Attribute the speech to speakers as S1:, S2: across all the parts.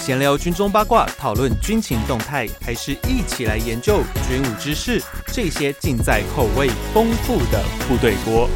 S1: 闲聊军中八卦，讨论军情动态，还是一起来研究军武知识？这些尽在口味丰富的部队锅。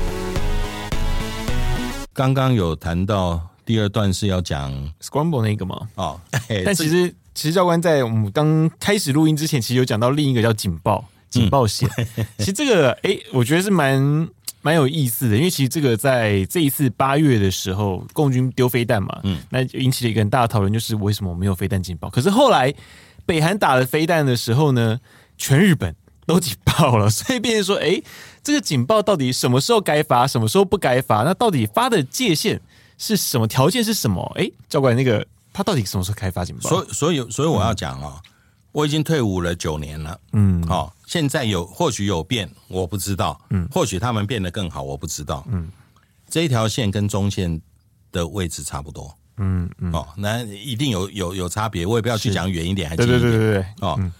S2: 刚刚有谈到第二段是要讲
S3: Scramble 那个嘛。
S2: 哦，嘿
S3: 但其实其实教官在我们刚开始录音之前，其实有讲到另一个叫警报警报险。其实这个哎、诶我觉得是蛮蛮有意思的，因为其实这个在这一次八月的时候，共军丢飞弹嘛，嗯，那就引起了一个很大的讨论，就是为什么没有飞弹警报？可是后来北韩打了飞弹的时候呢，全日本。都警报了， 所以变成说，哎、这个警报到底什么时候该发，什么时候不该发？那到底发的界限是什么？条件是什么？哎、教官，那个他到底什么时候开发警报？
S2: 所以所以所以我要讲哦，我已经退伍了九年了，嗯，哦，现在有或许有变，我不知道，嗯，或许他们变得更好，我不知道，嗯，这一条线跟中线的位置差不多，嗯嗯，哦，那一定有有有差别，我也不要去讲远一点还近
S3: 对
S2: 一
S3: 对
S2: 点，
S3: 对对对，嗯
S2: 哦，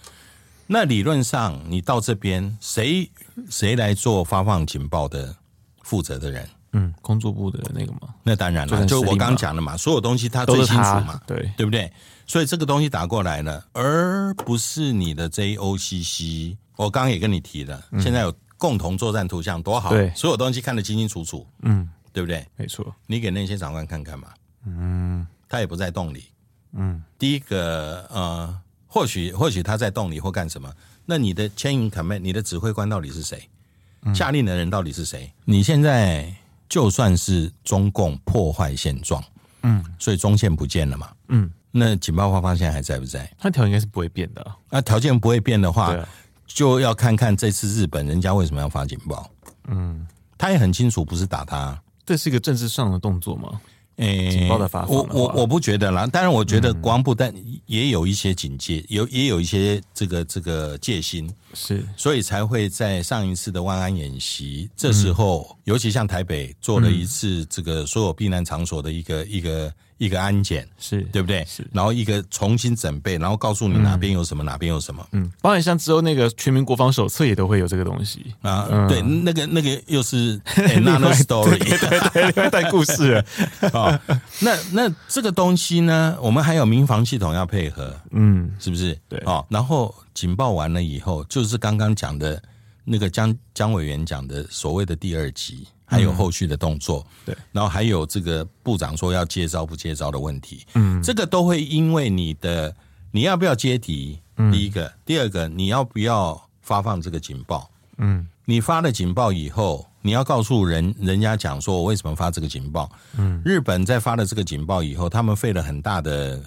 S2: 那理论上你到这边，谁谁来做发放警报的负责的人？
S3: 嗯，工作部的那个嘛，
S2: 那当然
S3: 作
S2: 了，
S3: 战
S2: 就
S3: 司
S2: 我
S3: 令
S2: 刚
S3: 嘛
S2: 讲的嘛，所有东西他
S3: 都
S2: 最
S3: 是
S2: 清楚
S3: 他
S2: 嘛，
S3: 对
S2: 对不对？所以这个东西打过来了，而不是你的 JOCC。我刚刚也跟你提了，现在有共同作战图像，多好，
S3: 嗯对
S2: 所有东西看得清清楚楚，
S3: 嗯，
S2: 对不对？
S3: 没错，
S2: 你给那些长官看看嘛，嗯，他也不在洞里，嗯，第一个呃，或许或许他在洞里或干什么，那你的牵引 command，你的指挥官到底是谁？下令的人到底是谁？你现在就算是中共破坏现状，嗯，所以中线不见了嘛，
S3: 嗯，
S2: 那警报发放现在还在不在？
S3: 他条应该是不会变的啊、
S2: 那条件不会变的话，
S3: 对啊
S2: 就要看看这次日本人家为什么要发警报，嗯，他也很清楚不是打他啊、
S3: 这是一个政治上的动作嘛？
S2: 诶
S3: 警报的发放
S2: 我
S3: 的
S2: 呃我
S3: 话嗯
S2: 我不觉得啦。当然，我觉得国防部但也有一些警戒，有也有一些这个这个戒心，
S3: 是，
S2: 所以才会在上一次的万安演习，这时候、
S3: 嗯
S2: 尤其像台北做了一次这个所有避难场所的一个、一个一个安检，
S3: 是
S2: 对不对？
S3: 是
S2: 然后一个重新准备，然后告诉你哪边有什么，哪边有什么。
S3: 嗯，包含像之后那个全民国防手册也都会有这个东西，
S2: 啊，对，那个那个又是哎 another story
S3: 嗯对，另外一段故事了，
S2: 啊、那那这个东西呢，我们还有民防系统要配合，
S3: 嗯，
S2: 是不是？
S3: 对
S2: 哦，然后警报完了以后，就是刚刚讲的那个江江委员讲的所谓的第二级，还有后续的动作，
S3: 嗯对，
S2: 然后还有这个部长说要接招不接招的问题，嗯，这个都会因为你的你要不要接敌，
S3: 嗯
S2: 第一个，第二个你要不要发放这个警报，
S3: 嗯，
S2: 你发了警报以后。你要告诉人人家讲说，我为什么发这个警报？嗯，日本在发了这个警报以后，他们费了很大的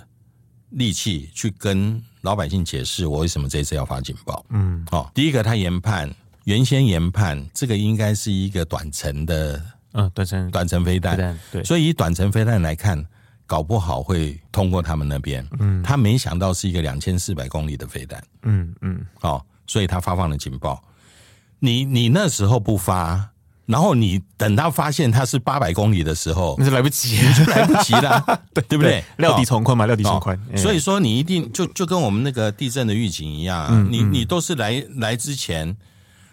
S2: 力气去跟老百姓解释我为什么这次要发警报。嗯，哦，第一个他研判，原先研判这个应该是一个短程的
S3: 嗯，短程
S2: 短程飞弹，
S3: 飞弹对
S2: 所以以短程飞弹来看，搞不好会通过他们那边。嗯，他没想到是一个两千四百公里的飞弹，
S3: 嗯嗯，
S2: 哦，所以他发放了警报。你你那时候不发，然后你等他发现他是八百公里的时 候
S3: 那，是来不及，
S2: 来不及了，对对不对？
S3: 料敌
S2: 哦
S3: 从宽嘛，料敌从宽，
S2: 哦
S3: 哎
S2: 所以说你一定就就跟我们那个地震的预警一样啊，你你都是来来之前，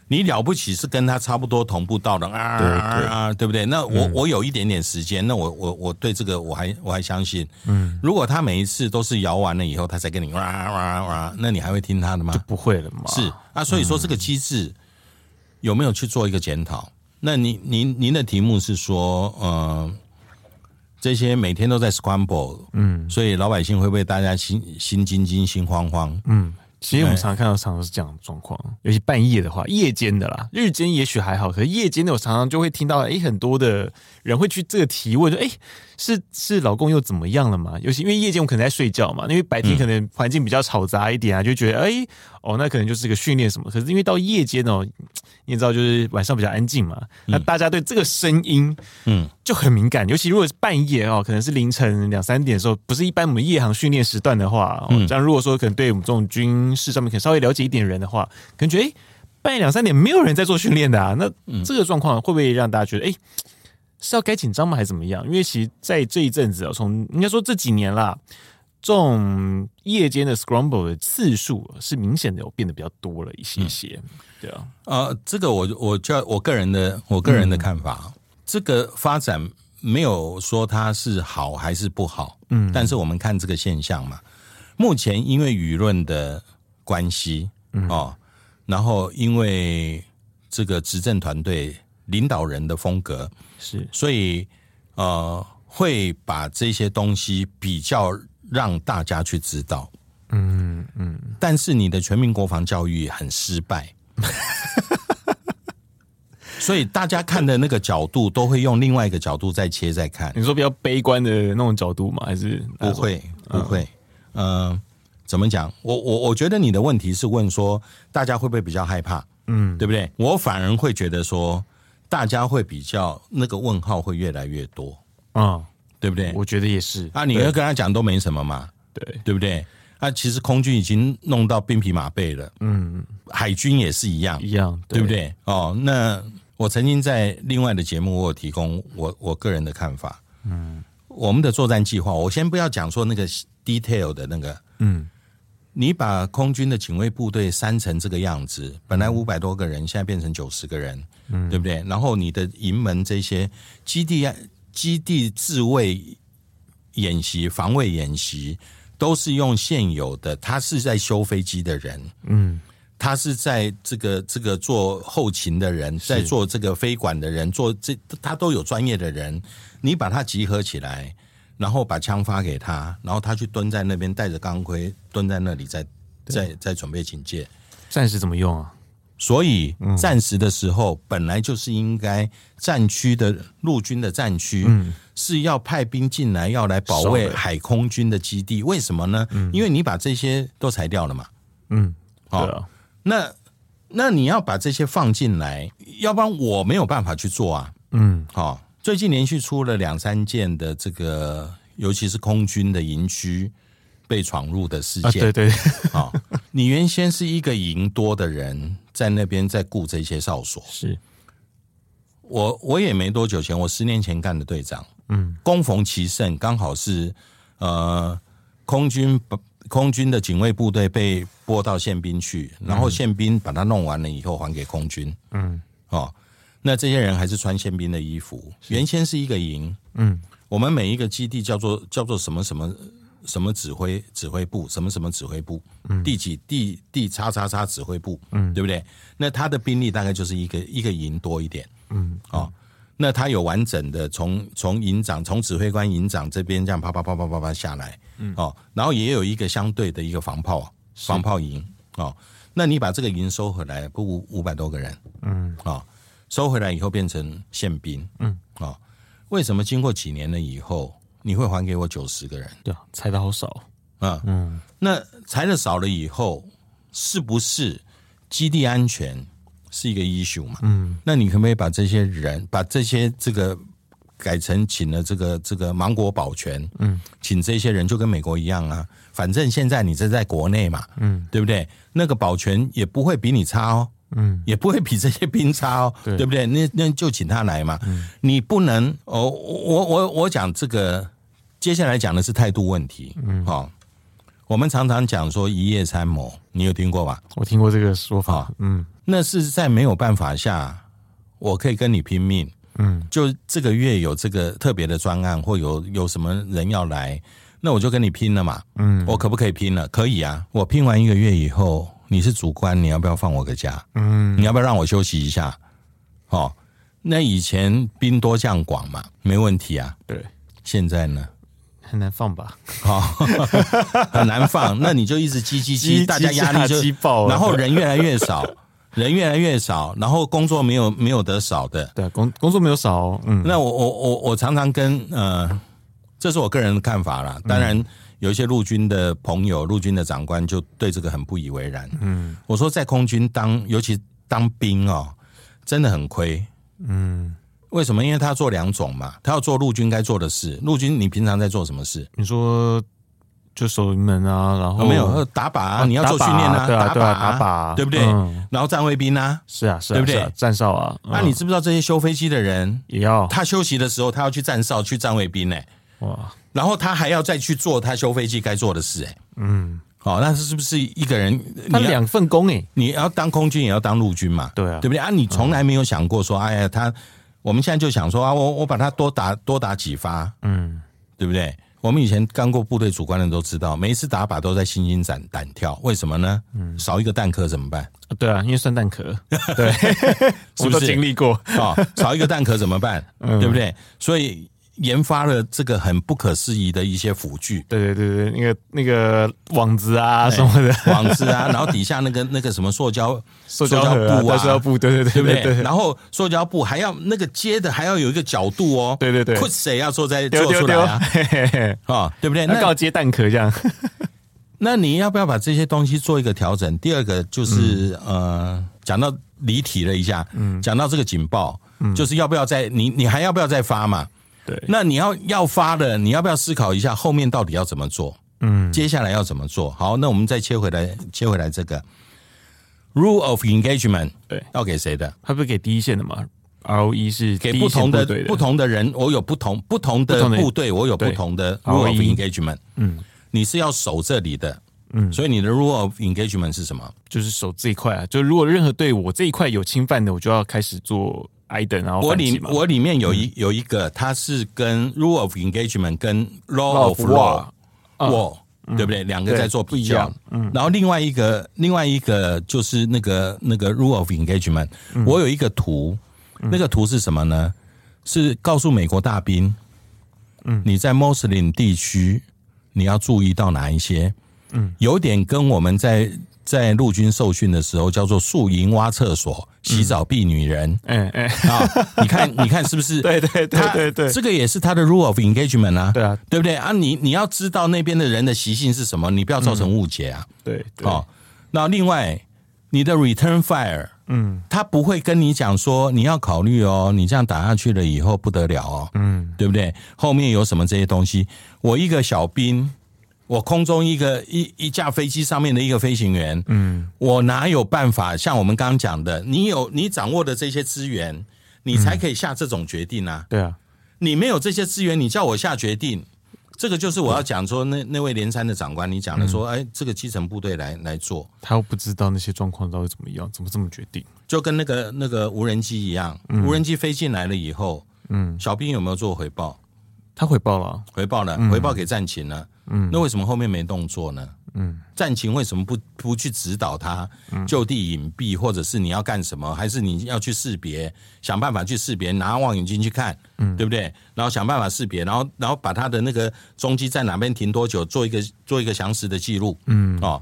S2: 你了不起是跟他差不多同步到的啊啊啊，对不对？那我、我有一点点时间，那我我我对这个我还我还相信，嗯，如果他每一次都是摇完了以后，他才跟你哇哇哇，那你还会听他的吗？
S3: 不会了嘛？
S2: 是啊，所以说这个机制有没有去做一个检讨？那您您您的题目是说，呃，这些每天都在 scramble，嗯，所以老百姓会不会大家心心惊惊、心慌慌？嗯，
S3: 其实我们常常看到常常是这样的状况，尤其半夜的话，夜间的啦，日间也许还好，可是夜间的我常常就会听到，哎、很多的人会去这个提问，说，哎、是是老公又怎么样了嘛？尤其因为夜间我可能在睡觉嘛，因为白天可能环境比较嘈杂一点啊，就觉得，哎、哦，那可能就是个训练什么。可是因为到夜间哦，你也知道，就是晚上比较安静嘛，那大家对这个声音，
S2: 嗯
S3: 嗯，就很敏感。尤其如果是半夜哦，可能是凌晨两三点的时候，不是一般我们夜航训练时段的话，哦，这样如果说可能对我们这种军事上面可能稍微了解一点的人的话，可能觉得哎、诶半夜两三点没有人在做训练的啊，那这个状况会不会让大家觉得哎？诶是要该紧张吗，还是怎么样？因为其实，在这一阵子哦，从应该说这几年啦，这种夜间的 scramble 的次数是明显的有变得比较多了一些些，对啊，
S2: 呃，这个我我叫我个人的我个人的看法，啊这个发展没有说它是好还是不好，嗯，但是我们看这个现象嘛，目前因为舆论的关系，哦，然后因为这个执政团队领导人的风格，
S3: 是
S2: 所以呃，会把这些东西比较让大家去知道。
S3: 嗯嗯，
S2: 但是你的全民国防教育很失败， 所以大家看的那个角度都会用另外一个角度再切再看。
S3: 你说比较悲观的那种角度吗？还是
S2: 不会，不会，嗯、怎么讲？我我我觉得你的问题是问说大家会不会比较害怕，嗯，对不对？我反而会觉得说大家会比较那个问号会越来越多，
S3: 啊、
S2: 对不对
S3: 嗯？我觉得也是
S2: 啊，你要
S3: 对
S2: 跟他讲都没什么嘛，
S3: 对
S2: 对不对？啊，其实空军已经弄到兵疲马背了，嗯，海军也是一样，
S3: 一样，
S2: 对不？对？哦，那我曾经在另外的节目，我有提供我我个人的看法。嗯，我们的作战计划，我先不要讲说那个 detail 的那个，
S3: 嗯，
S2: 你把空军的警卫部队删成这个样子，本来五百多个人，现在变成九十个人，嗯，对不对？然后你的营门这些基地啊基地自卫演习、防卫演习，都是用现有的，他是在修飞机的人，他是在这个这个做后勤的人，在做这个飞管的人，做这他都有专业的人，你把他集合起来，然后把枪发给他，然后他去蹲在那边，带着钢盔蹲在那里在，在在准备警戒。
S3: 暂时怎么用啊？
S2: 所以战时的时候，本来就是应该战区的陆军的战区、是要派兵进来，要来保卫
S3: 守卫
S2: 海空军的基地。为什么呢？因为你把这些都裁掉了嘛。
S3: 嗯，
S2: 哦
S3: 对啊，
S2: 那那你要把这些放进来，要不然我没有办法去做啊。
S3: 嗯，
S2: 好、最近连续出了两三件的这个，尤其是空军的营区被闯入的事
S3: 啊，
S2: 件
S3: 对对 对，
S2: 啊、哦你原先是一个营多的人，在那边在顾这些哨所。
S3: 是
S2: 我我也没多久前，我十年前干的队长，嗯，攻逢其盛，刚好是呃空军空军的警卫部队被拨到宪兵去，然后宪兵把它弄完了以后还给空军，嗯，哦，那这些人还是穿宪兵的衣服，原先是一个营，嗯，我们每一个基地叫做叫做什么什么。什么指挥指挥部，什么什么指挥部，第几第第叉叉叉指挥部，嗯，对不对？那他的兵力大概就是一个一个营多一点，哦，那他有完整的从从营长、从指挥官、营长这边这样啪啪啪啪啪啪下来，嗯，哦，然后也有一个相对的一个防炮啊防炮营，哦，那你把这个营收回来，不五五百多个人，嗯，哦，收回来以后变成宪兵，嗯，哦，为什么经过几年了以后，你会还给我九十个人？
S3: 对啊，猜的好少，
S2: 啊，嗯，那裁的少了以后，是不是基地安全是一个 issue 嘛？嗯，那你可不可以把这些人，把这些这个改成请了这个这个芒果保全，嗯，请这些人就跟美国一样啊，反正现在你这在国内嘛，嗯，对不对？那个保全也不会比你差哦。嗯，也不会比这些兵差哦，
S3: 对
S2: 对不对？那那就请他来嘛。你不能，哦，我我我讲这个，接下来讲的是态度问题。嗯，好、我们常常讲说一夜参谋，你有听过吧？
S3: 我听过这个说法，
S2: 啊
S3: 嗯，
S2: 那是在没有办法下，我可以跟你拼命。嗯，就这个月有这个特别的专案，或有有什么人要来，那我就跟你拼了嘛。嗯，我可不可以拼了？可以啊。我拼完一个月以后，你是主官，你要不要放我个假？嗯，你要不要让我休息一下？哦，那以前兵多将广嘛，没问题啊。
S3: 对，
S2: 现在呢？
S3: 很难放吧？
S2: 好， 很难放。那你就一直激激
S3: 激
S2: 激，大家压力就
S3: 激爆啊了
S2: 然 后人越来越少，人越来越少，然后工作没有没有得少的。
S3: 对啊，工工作没有少哦，嗯，
S2: 那我我我我常常跟呃，这是我个人的看法
S3: 嗯
S2: 啦。当然，有一些陆军的朋友、陆军的长官就对这个很不以为然。嗯，我说在空军当，尤其当兵哦，真的很亏。嗯，为什么？因为他要做两种嘛，他要做陆军该做的事。陆军你平常在做什么事？
S3: 你说就守营门啊，然后
S2: 哦、没有呃打靶、啊，你要做训练
S3: 打靶啊对啊
S2: 靶、
S3: 对啊打靶啊
S2: 对不对？
S3: 嗯
S2: 然后站卫兵啊，
S3: 是啊，是啊，
S2: 对不对
S3: 是啊站哨啊，
S2: 那、
S3: 嗯
S2: 你知不知道这些修飞机的人，
S3: 也要
S2: 他休息的时候他要去站哨、去站卫兵呢、欸
S3: 哇，
S2: 然后他还要再去做他修飞机该做的事、哎，嗯，哦，那是不是一个人？
S3: 他
S2: 你要
S3: 两份工欸诶，
S2: 你要当空军也要当陆军嘛，
S3: 对啊
S2: 对不对啊？你从来没有想过说，哎呀，他我们现在就想说啊，我我把他多打多打几发，嗯，对不对？我们以前干过部队主官的都知道，每一次打靶都在心惊胆胆跳，为什么呢？
S3: 嗯
S2: 少一个弹壳怎么办？
S3: 啊对啊，因为算蛋壳， 对， 我们都经历过，
S2: 啊、少一个蛋壳怎么 办？
S3: 嗯
S2: 对不对？所以研发了这个很不可思议的一些辅具。
S3: 对对对对，那个那个网子啊什么的，
S2: 网子 啊，然后底下那个那个什么塑胶
S3: 塑胶盒啊
S2: 布
S3: 对
S2: 啊，
S3: 塑胶布，对对
S2: 对
S3: 对
S2: 不
S3: 对
S2: 对？
S3: 对，
S2: 然后塑胶布还要那个接的还要有一个角度哦，
S3: 对对对
S2: 裤谁要做在
S3: 丢
S2: 做
S3: 丢
S2: 出来
S3: 丢，
S2: 啊？
S3: 嘿嘿嘿
S2: 啊，对不对？
S3: 哎那
S2: 那
S3: 告接蛋壳这样，
S2: 那你要不要把这些东西做一个调整？第二个就是、
S3: 嗯
S2: 呃，讲到离题了一下，讲到这个警报，就是要不要再你你还要不要再发嘛？
S3: 嗯对，
S2: 那你要要发的，你要不要思考一下后面到底要怎么做？
S3: 嗯，
S2: 接下来要怎么做？好，那我们再切回来，切回来这个 rule of engagement
S3: 对
S2: 要给谁的？
S3: 他不是给第一线的嘛？ROE 是
S2: 给
S3: 第一
S2: 不
S3: 线
S2: 同
S3: 部
S2: 的
S3: 队的
S2: 不同的人，我有不同不同
S3: 不
S2: 的
S3: 同的
S2: 部队，我有不
S3: 对 E
S2: 同的 rule of
S3: ROE
S2: engagement。嗯，你是要守这里的，嗯，所以你的 rule of engagement 是什么？
S3: 就是守这一块啊，就如果任何对我这一块有侵犯的，我就要开始做 I 等，然后
S2: 我
S3: 反击
S2: 里
S3: 嘛嗯
S2: 我里面有一有一个，它是跟 rule of engagement 跟 law
S3: Law
S2: of
S3: of
S2: law
S3: war，
S2: war 对不对？两个
S3: 对
S2: 在做
S3: 不
S2: 比
S3: 一
S2: 较
S3: 样，
S2: 嗯，然后另外一个另外一个就是那个那个 rule of engagement，我有
S3: 嗯
S2: 一个图，那个图是什么呢？是告诉美国大兵，嗯，你在穆斯林地区你要注意到哪一些？嗯，有点跟我们在在陆军受训的时候叫做宿营、挖厕所、洗澡、避女人，
S3: 嗯嗯，
S2: 啊，你看， 你看是不是？
S3: 对对对
S2: 他
S3: 对对
S2: 这个也是他的 rule of engagement 啊，
S3: 对啊，
S2: 对不对啊？你你要知道那边的人的习性是什么，你不要造成误解啊。
S3: 对对
S2: 哦，那另外，你的 return fire，嗯，他不会跟你讲说你要考虑哦，你这样打下去了以后不得了哦，嗯，对不对？后面有什么这些东西？我一个小兵，我空中一个一一架飞机上面的一个飞行员，嗯，我哪有办法像我们刚刚讲的，你有你掌握的这些资源，你才可以下这种决定啊。
S3: 对啊，
S2: 你没有这些资源，你叫我下决定，这个就是我要讲说那那位连山的长官，你讲的说，哎，这个基层部队来来做，
S3: 他又不知道那些状况到底怎么样，怎么这么决定？
S2: 就跟那个那个无人机一样，无人机飞进来了以后，嗯，小兵有没有做回报？
S3: 他回报了啊、
S2: 回报了，回报给战情了，嗯，那为什么后面没动作呢？嗯，战情为什么不不去指导他就地隐蔽，或者是你要干什么，还是你要去识别，想办法去识别，拿望远镜去看，嗯，对不对？然后想办法识别，然后然后把他的那个踪迹在哪边停多久，做一个做一个详实的记录，嗯，哦，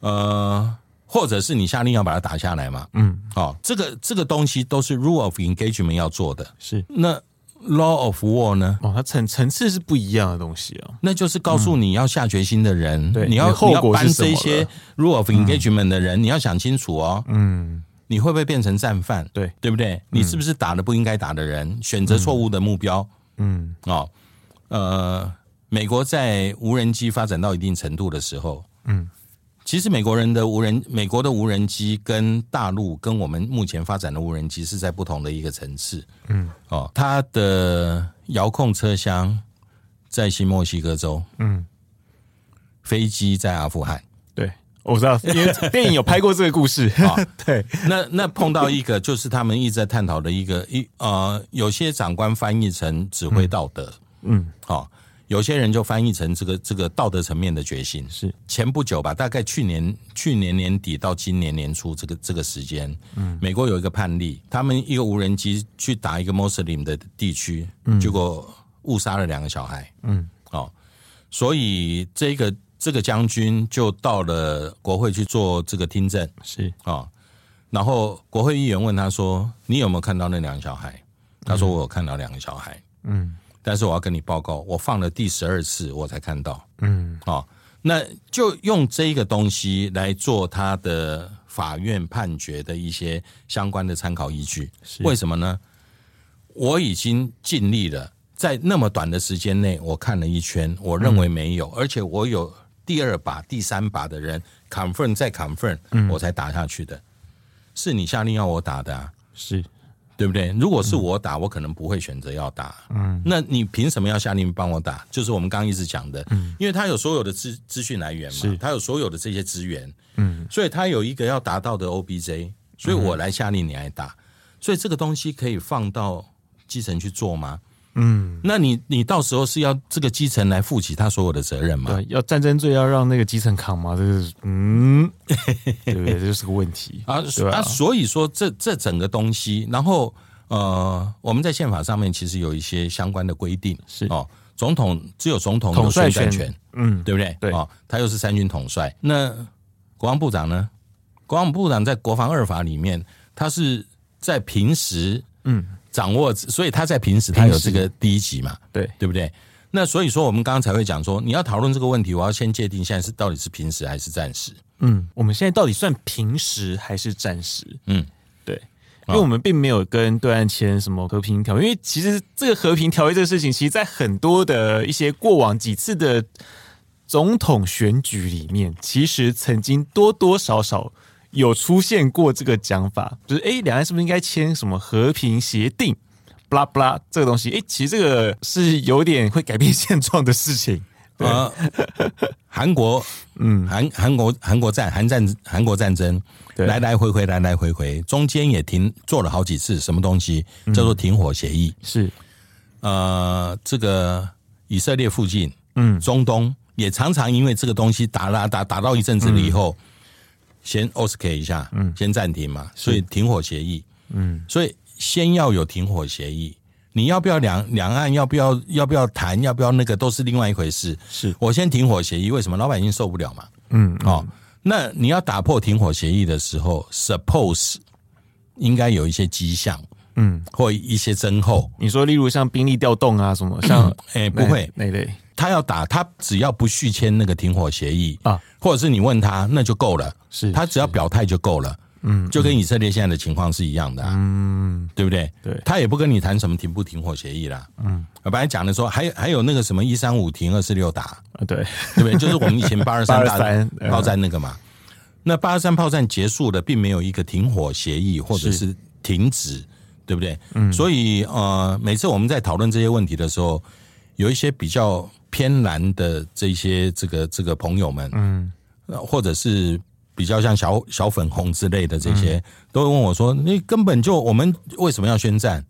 S2: 呃，或者是你下令要把它打下来嘛，嗯，哦，这个这个东西都是 rule of engagement 要做的，
S3: 是
S2: 那 law of war 呢？
S3: 哦，它层层次是不一样的东西啊。
S2: 那就是告诉你要下决心的人，
S3: 对
S2: 嗯你要
S3: 你后
S2: 你
S3: 果
S2: 要
S3: 是
S2: 搬
S3: 什么
S2: 这些嗯 rule of engagement 的人，你要想清楚哦，
S3: 嗯，
S2: 你会不会变成战犯？
S3: 对
S2: 对不嗯对？你是不是打了不应该打的人，选择错误的目标？
S3: 嗯，
S2: 哦，呃，美国在无人机发展到一定程度的时候，嗯，其实美国人的无人，美国的无人机跟大陆跟我们目前发展的无人机是在不同的一个层次，嗯，哦，它的遥控车厢在新墨西哥州，嗯，飞机在阿富汗，
S3: 对，我知道，因 为电影有拍过这个故事。 对，
S2: 那那碰到一个就是他们一直在探讨的一个一呃，有些长官翻译成指挥道德，
S3: 嗯，
S2: 好、有些人就翻译成这个这个道德层面的决心。
S3: 是
S2: 前不久吧，大概去年去年年底到今年年初这个这个时间，嗯，美国有一个判例，他们一个无人机去打一个穆斯林的地区，
S3: 嗯
S2: 结果误杀了两个小孩，嗯，哦，所以这个这个将军就到了国会去做这个听证，
S3: 是，
S2: 啊、然后国会议员问他说：“你有没有看到那两个小孩？”他说：“我有看到两个小孩。”
S3: 嗯，
S2: 但是我要跟你报告，我放了第十二次我才看到。
S3: 嗯，
S2: 哦，那就用这一个东西来做他的法院判决的一些相关的参考依据。为什么呢？我已经尽力了，在那么短的时间内，我看了一圈，我认为没有，而且我有第二把、第三把的人 confirm 再 confirm，、我才打下去的。是你下令要我打的、啊，
S3: 是，
S2: 对不对？如果是我打，我可能不会选择要打。嗯，那你凭什么要下令帮我打？就是我们刚刚一直讲的，嗯，因为他有所有的资资讯来源嘛
S3: 是，
S2: 他有所有的这些资源，嗯，所以他有一个要达到的 OBJ，所以我来下令你来打，所以这个东西可以放到基层去做吗？
S3: 嗯，
S2: 那你你到时候是要这个基层来负起他所有的责任吗？
S3: 对，要战争罪要让那个基层扛嘛，这是 嗯，对不对？这就是个问题
S2: 啊
S3: 对吧
S2: 啊，所以说这这整个东西，然后呃，我们在宪法上面其实有一些相关的规定，
S3: 是
S2: 哦，总统只有总统有
S3: 统帅
S2: 宣战
S3: 权
S2: 权，
S3: 嗯，
S2: 对不对？
S3: 对
S2: 哦，他又是三军统帅。那国防部长呢？国防部长在国防二法里面，他是在平时
S3: 嗯
S2: 掌握，所以他在平时他有这个第一级嘛，
S3: 对，
S2: 对不对？那所以说，我们刚刚才会讲说，你要讨论这个问题，我要先界定现在是到底是平时还是战时。
S3: 嗯，我们现在到底算平时还是战时？
S2: 嗯，
S3: 对。因为我们并没有跟对岸签什么和平条约，因为其实这个和平条约这个事情，其实在很多的一些过往几次的总统选举里面，其实曾经多多少少有出现过这个讲法，就是诶，两岸是不是应该签什么和平协定？布拉布拉这个东西，诶，其实这个是有点会改变现状的事情。
S2: 呃，韩国，嗯，韩韩国韩国战韩战韩国战争，
S3: 对
S2: 来来回回来来回回，中间也停做了好几次什么东西，叫做停火协议。
S3: 是，
S2: 呃，这个以色列附近，
S3: 嗯
S2: 中东也常常因为这个东西打打打打到一阵子了以后，先 OSK 一下，嗯，先暂停嘛，所以停火协议，嗯，所以先要有停火协议。你要不要两两岸要不要要不要谈要不要那个都是另外一回事。
S3: 是
S2: 我先停火协议，为什么老百姓受不了嘛？
S3: 嗯，
S2: 哦，那你要打破停火协议的时候，suppose 应该有一些迹象，
S3: 嗯，
S2: 或一些增厚。
S3: 你说例如像兵力调动啊，什么 像
S2: 哎、不会，
S3: 那一类，
S2: 他要打，他只要不续签那个停火协议
S3: 啊，
S2: 或者是你问他，那就够了。
S3: 是
S2: 他只要表态就够了。嗯，就跟以色列现在的情况是一样的、啊，
S3: 嗯，
S2: 对不对？
S3: 对
S2: 他也不跟你谈什么停不停火协议啦。嗯，本来讲的说，还有还有那个什么一三五停二四六打，
S3: 啊，对，
S2: 对不对？就是我们以 前八二三大
S3: 823嗯
S2: 炮战那个嘛。那八二三炮战结束了，并没有一个停火协议或者是停止，对不对？嗯。所以呃，每次我们在讨论这些问题的时候，有一些比较偏蓝的这些这个这个朋友们，嗯，或者是。比较像小小粉红之类的这些，都会问我说：“你根本就我们为什么要宣战？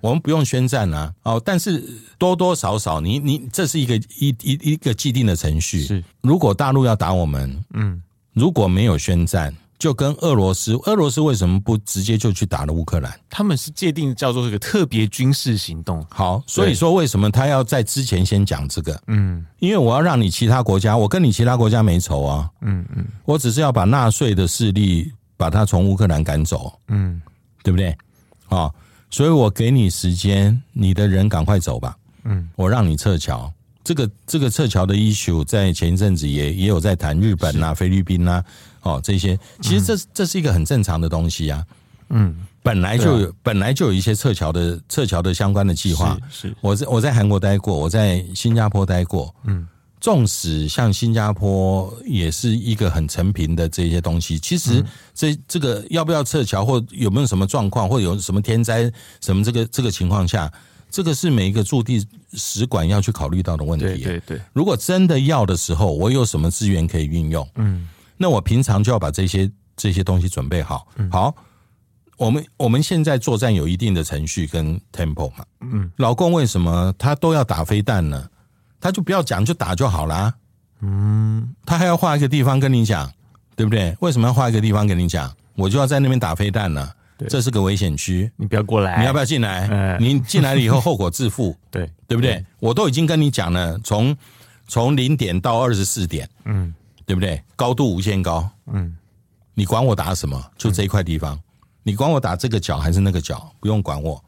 S2: 我们不用宣战啊，哦，但是多多少少你，你这是一个一一一个既定的程序。
S3: 是，
S2: 如果大陆要打我们，
S3: 嗯，
S2: 如果没有宣战，就跟俄罗斯，俄罗斯为什么不直接就去打了乌克兰？
S3: 他们是界定叫做这个特别军事行动，
S2: 好，所以
S3: 对
S2: 说为什么他要在之前先讲这个？
S3: 嗯
S2: 因为我要让你其他国家，我跟你其他国家没仇啊，
S3: 嗯嗯
S2: 我只是要把纳粹的势力把他从乌克兰赶走，
S3: 嗯
S2: 对不对？啊、所以我给你时间，你的人赶快走吧。
S3: 嗯，
S2: 我让你撤侨。这个这个撤侨的 issue 在前一阵子也也有在谈日本啊、菲律宾啊，哦这些，其实这、这是一个很正常的东西啊。
S3: 嗯，
S2: 本来就有、本来就有一些撤侨的撤侨的相关的计划。
S3: 是是
S2: 我在我在韩国待过，我在新加坡待过，嗯，纵使像新加坡也是一个很成平的这些东西，其
S3: 嗯
S2: 实这、这个要不要撤侨或有没有什么状况或有什么天灾什么这个这个情况下，这个是每一个驻地使馆要去考虑到的问题。
S3: 对对对，
S2: 如果真的要的时候，我有什么资源可以运用？
S3: 嗯，
S2: 那我平常就要把这些这些东西准备好。
S3: 嗯
S2: 好，我们我们现在作战有一定的程序跟 tempo 嘛。嗯，老共为什么他都要打飞弹呢？他就不要讲，就打就好啦。嗯，他还要画一个地方跟你讲，对不对？为什么要画一个地方跟你讲？我就要在那边打飞弹呢？这是个危险区，
S3: 你不要过来，
S2: 你要不要进来？
S3: 哎
S2: 你进来了以后后果自负。
S3: 对
S2: 对不对？我都已经跟你讲了，从从零点到二十四点，
S3: 嗯
S2: 对不对？高度无限高，
S3: 嗯，
S2: 你管我打什么？就这一块地方，你管我打这个角还是那个角，不用管我，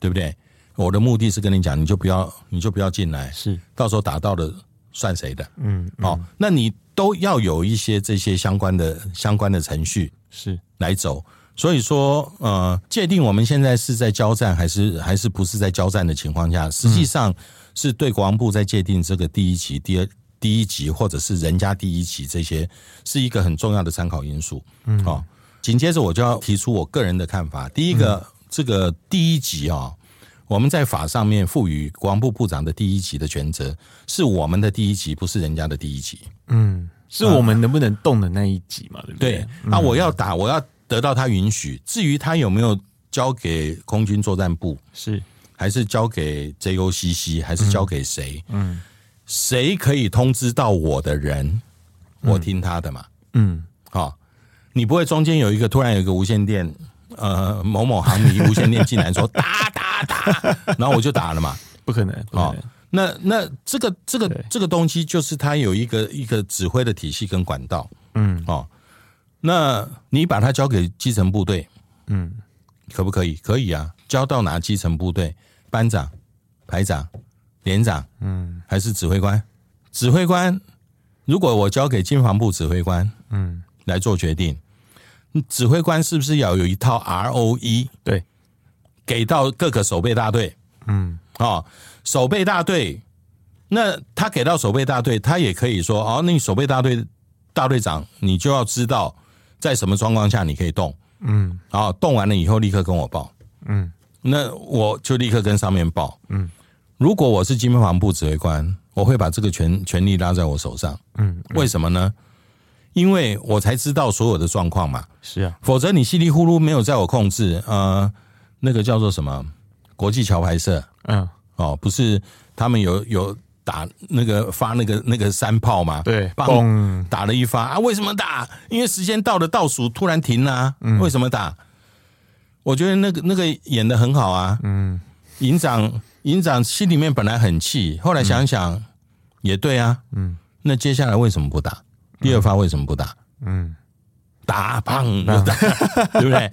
S2: 对不对？我的目的是跟你讲，你就不要，你就不要进来，
S3: 是
S2: 到时候打到了算谁的？
S3: 嗯
S2: 哦，那你都要有一些这些相关的相关的程序
S3: 是
S2: 来走。所以说，呃，界定我们现在是在交战还是还是不是在交战的情况下，实际上是对国防部在界定这个第一级、第二第一级或者是人家第一级这些，是一个很重要的参考因素。嗯，哦，紧接着我就要提出我个人的看法。第一个，这个第一级啊、哦，我们在法上面赋予国防部部长的第一级的权责，是我们的第一级，不是人家的第一级。
S3: 嗯，是我们能不能动的那一集嘛，对不
S2: 对，嗯那、我要打，我要得到他允许。至于他有没有交给空军作战部，
S3: 是
S2: 还是交给 JOCC，还是交给谁？嗯，谁可以通知到我的人，我听他的嘛。
S3: 嗯，
S2: 好、你不会中间有一个突然有一个无线电，呃，某某航迷无线电进来说打打打，然后我就打了嘛。
S3: 不可能，不可
S2: 哦
S3: 能，，
S2: 那那这个这个
S3: 对
S2: 这个东西，就是它有一个一个指挥的体系跟管道，
S3: 嗯，
S2: 哦，那你把它交给基层部队，
S3: 嗯，
S2: 可不可以？可以啊，交到哪基层部队？班长、排长、连长，
S3: 嗯，
S2: 还是指挥官？指挥官，如果我交给经防部指挥官，
S3: 嗯，
S2: 来做决定，指挥官是不是要有一套 ROE
S3: 对，
S2: 给到各个守备大队？
S3: 嗯
S2: 哦，守备大队，那他给到守备大队，他也可以说哦，那你守备大队大队长，你就要知道在什么状况下你可以动，
S3: 嗯
S2: 哦，动完了以后立刻跟我报，
S3: 嗯，
S2: 那我就立刻跟上面报，
S3: 嗯，
S2: 如果我是金门防部指挥官，我会把这个权权力拉在我手上，
S3: 嗯，
S2: 为什么呢？因为我才知道所有的状况嘛，
S3: 是啊，
S2: 否则你稀里糊涂没有在我控制，呃，那个叫做什么国际桥牌社，
S3: 嗯，
S2: 哦，不是他们有有打那个发那个那个山炮嘛？
S3: 对
S2: 棒
S3: 嘣，
S2: 打了一发啊？为什么打？因为时间到了，倒数突然停了、啊，
S3: 嗯
S2: 为什么打？我觉得那个那个演的很好啊。
S3: 嗯，
S2: 营长营长心里面本来很气，后来想想、也对啊。
S3: 嗯，
S2: 那接下来为什么不打？第二发为什么不打？
S3: 嗯，
S2: 打 棒，棒对不对？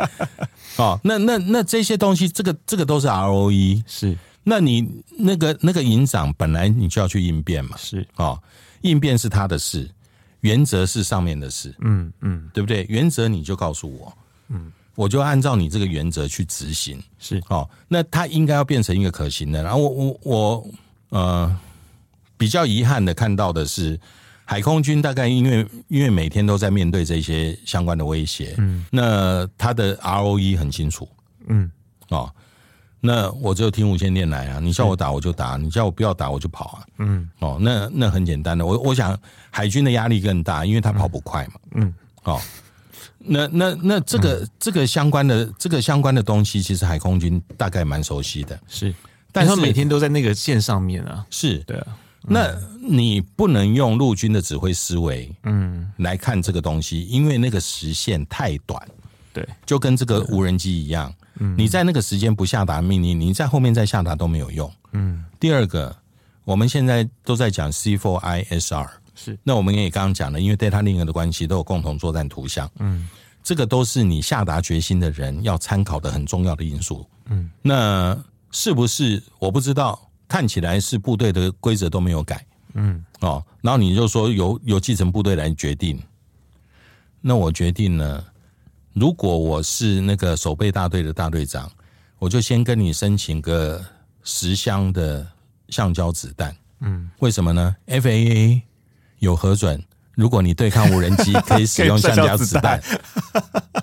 S2: 哦，那那那这些东西，这个这个都是 E ROE，
S3: 是
S2: 那你那个那个营长本来你就要去应变嘛，
S3: 是，
S2: 哦，应变是他的事，原则是上面的事，
S3: 嗯嗯
S2: 对不对？原则你就告诉我，嗯，我就按照你这个原则去执行，
S3: 是，
S2: 哦，那他应该要变成一个可行的。然后我我我呃，比较遗憾的看到的是，海空军大概因为因为每天都在面对这些相关的威胁，嗯，那他的 ROE 很清楚，
S3: 嗯
S2: 哦，那我就听无线电来啊，你叫我打我就打，你叫我不要打我就跑啊，
S3: 嗯
S2: 哦，那那很简单的，我我想海军的压力更大，因为他跑不快嘛，
S3: 嗯，
S2: 哦，那那那这个、这个相关的这个相关的东西，其实海空军大概蛮熟悉的，
S3: 是，
S2: 但是
S3: 他每天都在那个线上面啊，
S2: 是，
S3: 对啊，
S2: 那你不能用陆军的指挥思维
S3: 嗯
S2: 来看这个东西，因为那个时限太短，
S3: 对，
S2: 就跟这个无人机一样，
S3: 嗯
S2: 你在那个时间不下达命令，你在后面再下达都没有用。
S3: 嗯
S2: 第二个，我们现在都在讲 C4ISR，
S3: 是，
S2: 那我们也刚刚讲了，因为 data link 的关系，都有共同作战图像，
S3: 嗯
S2: 这个都是你下达决心的人要参考的很重要的因素。
S3: 嗯，
S2: 那是不是我不知道，看起来是部队的规则都没有改
S3: 嗯
S2: 哦，然后你就说由由基层部队来决定，那我决定呢，如果我是那个守备大队的大队长，我就先跟你申请个十箱的橡胶子弹。
S3: 嗯，
S2: 为什么呢？FAA 有核准，如果你对抗无人 机，可以使用橡胶子弹，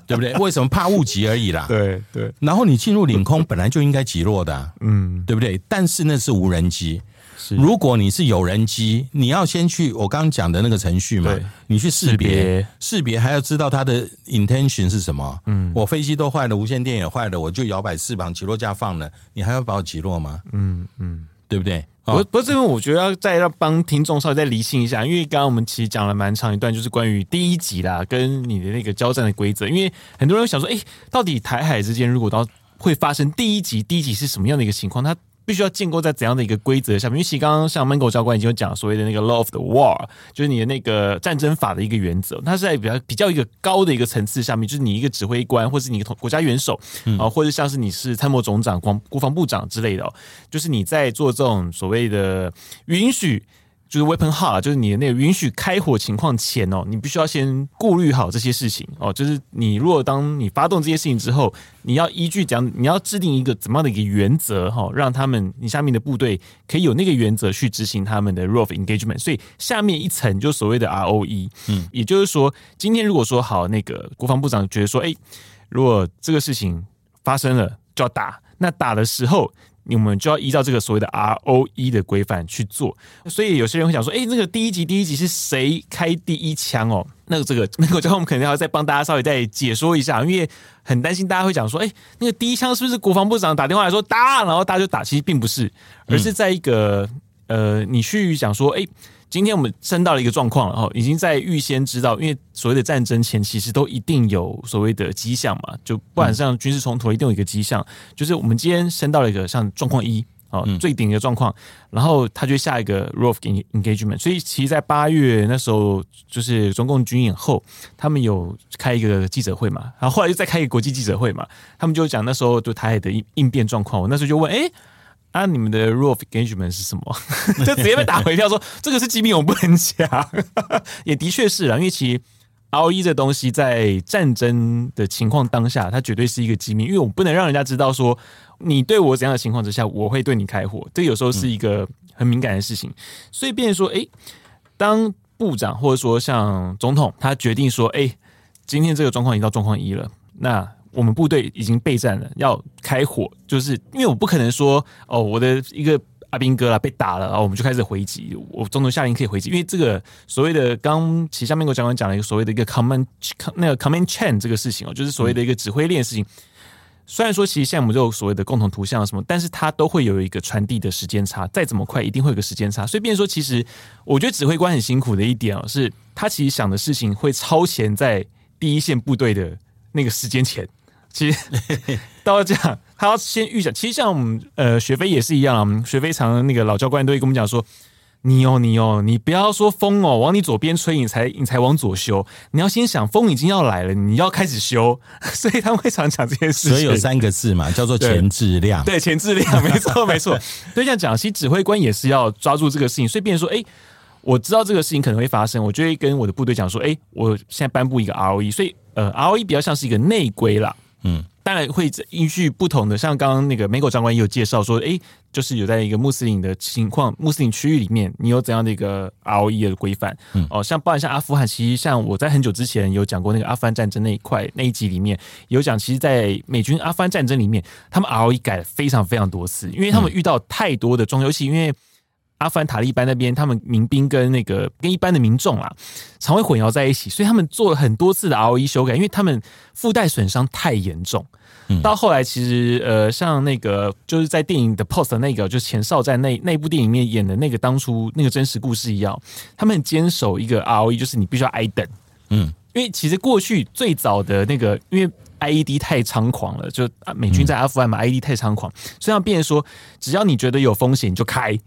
S2: 对 不对？为什么怕误击而已啦？
S3: 对对，
S2: 然后你进入领空，本来就应该击落的啊、
S3: 嗯
S2: 对不对？但是那是无人机。
S3: 是
S2: 如果你是有人机，你要先去我刚刚讲的那个程序嘛
S3: 对，
S2: 你去识
S3: 识
S2: 别
S3: 别，
S2: 识别还要知道它的 intention 是什么。嗯，我飞机都坏了，无线电也坏了，我就摇摆翅膀，起落架放了，你还要把我击落吗？
S3: 嗯嗯。
S2: 对不对？哦
S3: 不过不过这边我觉得要再要帮听众稍微再厘清一下，因为刚刚我们其实讲了蛮长一段，就是关于第一集啦，跟你的那个交战的规则，因为很多人会想说，哎、到底台海之间如果到会发生第一集，第一集是什么样的一个情况？它必须要建构在怎样的一个规则下面？因为其实刚刚像 Mango 教官已经有讲所谓的那个 Law of the War，就是你的那个战争法的一个原则，它是在比较比较一个高的一个层次下面，就是你一个指挥官，或是你一个统国家元首啊、或者像是你是参谋总长、国国防部长之类的、哦，就是你在做这种所谓的允许。就是 weapon hard，啊就是你的那个允许开火情况前哦，你必须要先顾虑好这些事情哦。就是你如果当你发动这些事情之后，你要依据讲，你要制定一个怎么样的一个原则哈、哦，让他们你下面的部队可以有那个原则去执行他们的 r o f engagement。所以下面一层就所谓的 ROE，嗯，也就是说，今天如果说好那个国防部长觉得说，哎、如果这个事情发生了就要打，那打的时候你我们就要依照这个所谓的 ROE 的规范去做。所以有些人会想说，哎、那个第一集第一集是谁开第一枪哦？那个 这个那个，我们可能要再帮大家稍微再解说一下，因为很担心大家会讲说，哎、那个第一枪是不是国防部长打电话来说打，然后大家就打？其实并不是，而是在一个、呃，你去想说，哎、今天我们升到了一个状况了哦哈，已经在预先知道，因为所谓的战争前其实都一定有所谓的迹象嘛，就不管像军事冲突，一定有一个迹象，就是我们今天升到了一个像状况一哦，最顶的状况，然后他就会下一个 r o f engagement，所以其实，在八月那时候，就是中共军演后，他们有开一个记者会嘛，然后后来又再开一个国际记者会嘛，他们就讲那时候对台海的应应变状况，我那时候就问，哎、啊，你们的 rule of engagement 是什么？ 就直接被打回票说这个是机密，我们不能讲。 也的确是啊，因为其实 ROE 这东西在战争的情况当下，它绝对是一个机密，因为我不能让人家知道说你对我怎样的情况之下，我会对你开火。这有时候是一个很敏感的事情，所以变成说，诶、当部长或者说像总统，他决定说，哎、今天这个状况已经到状况一了，那我们部队已经备战了，要开火，就是因为我不可能说，哦，我的一个阿兵哥啦被打了，啊然后我们就开始回击，我中途下令可以回击，因为这个所谓的刚其实下面我长官讲了一个所谓的一个 command 那个 command chain 这个事情哦，就是所谓的一个指挥链的事情。虽然说其实现在我们都有所谓的共同图像什么，但是它都会有一个传递的时间差，再怎么快一定会有个时间差。所以，变成说，其实我觉得指挥官很辛苦的一点哦，是他其实想的事情会超前在第一线部队的那个时间前。其实到这样，他要先预想。其实像我们呃学飞也是一样啊，我们学飞常那个老教官都会跟我们讲说，你哦，你哦，你不要说风哦往你左边吹，你才你才往左修。你要先想风已经要来了，你要开始修。所以他们会常讲这件事情。
S2: 所以有三个字嘛，叫做
S3: 对
S2: 前质量。
S3: 对，前质量，没错，没 错。所以这样讲，其实指挥官也是要抓住这个事情，所以变成说，哎、我知道这个事情可能会发生，我就会跟我的部队讲说，哎、我现在颁布一个 ROE，所以呃，ROE 比较像是一个内规啦，
S2: 嗯，
S3: 当然会依据不同的，像刚刚那个美国长官也有介绍说，哎、就是有在一个穆斯林的情况、穆斯林区域里面，你有怎样的一个 ROE 的规范？
S2: 嗯
S3: 哦，像包含像阿富汗，其实像我在很久之前有讲过那个阿富汗战争那一块那一集里面有讲，其实，在美军阿富汗战争里面，他们 ROE 改了非常非常多次，因为他们遇到太多的装尤其因为。阿富汗塔利班那边，他们民兵跟那个跟一般的民众啦，常会混淆在一起，所以他们做了很多次的 ROE 修改，因为他们附带损伤太严重。到后来，其实呃，像那个就是在电影的 Post 那个，就是前哨站那那部电影里面演的那个当初那个真实故事一样，他们很坚守一个 ROE，就是你必须要挨等。
S2: 嗯，
S3: 因为其实过去最早的那个，因为 IED 太猖狂了，就啊美军在阿富汗嘛、i e d 太猖狂，所以要变成说，只要你觉得有风险你就开。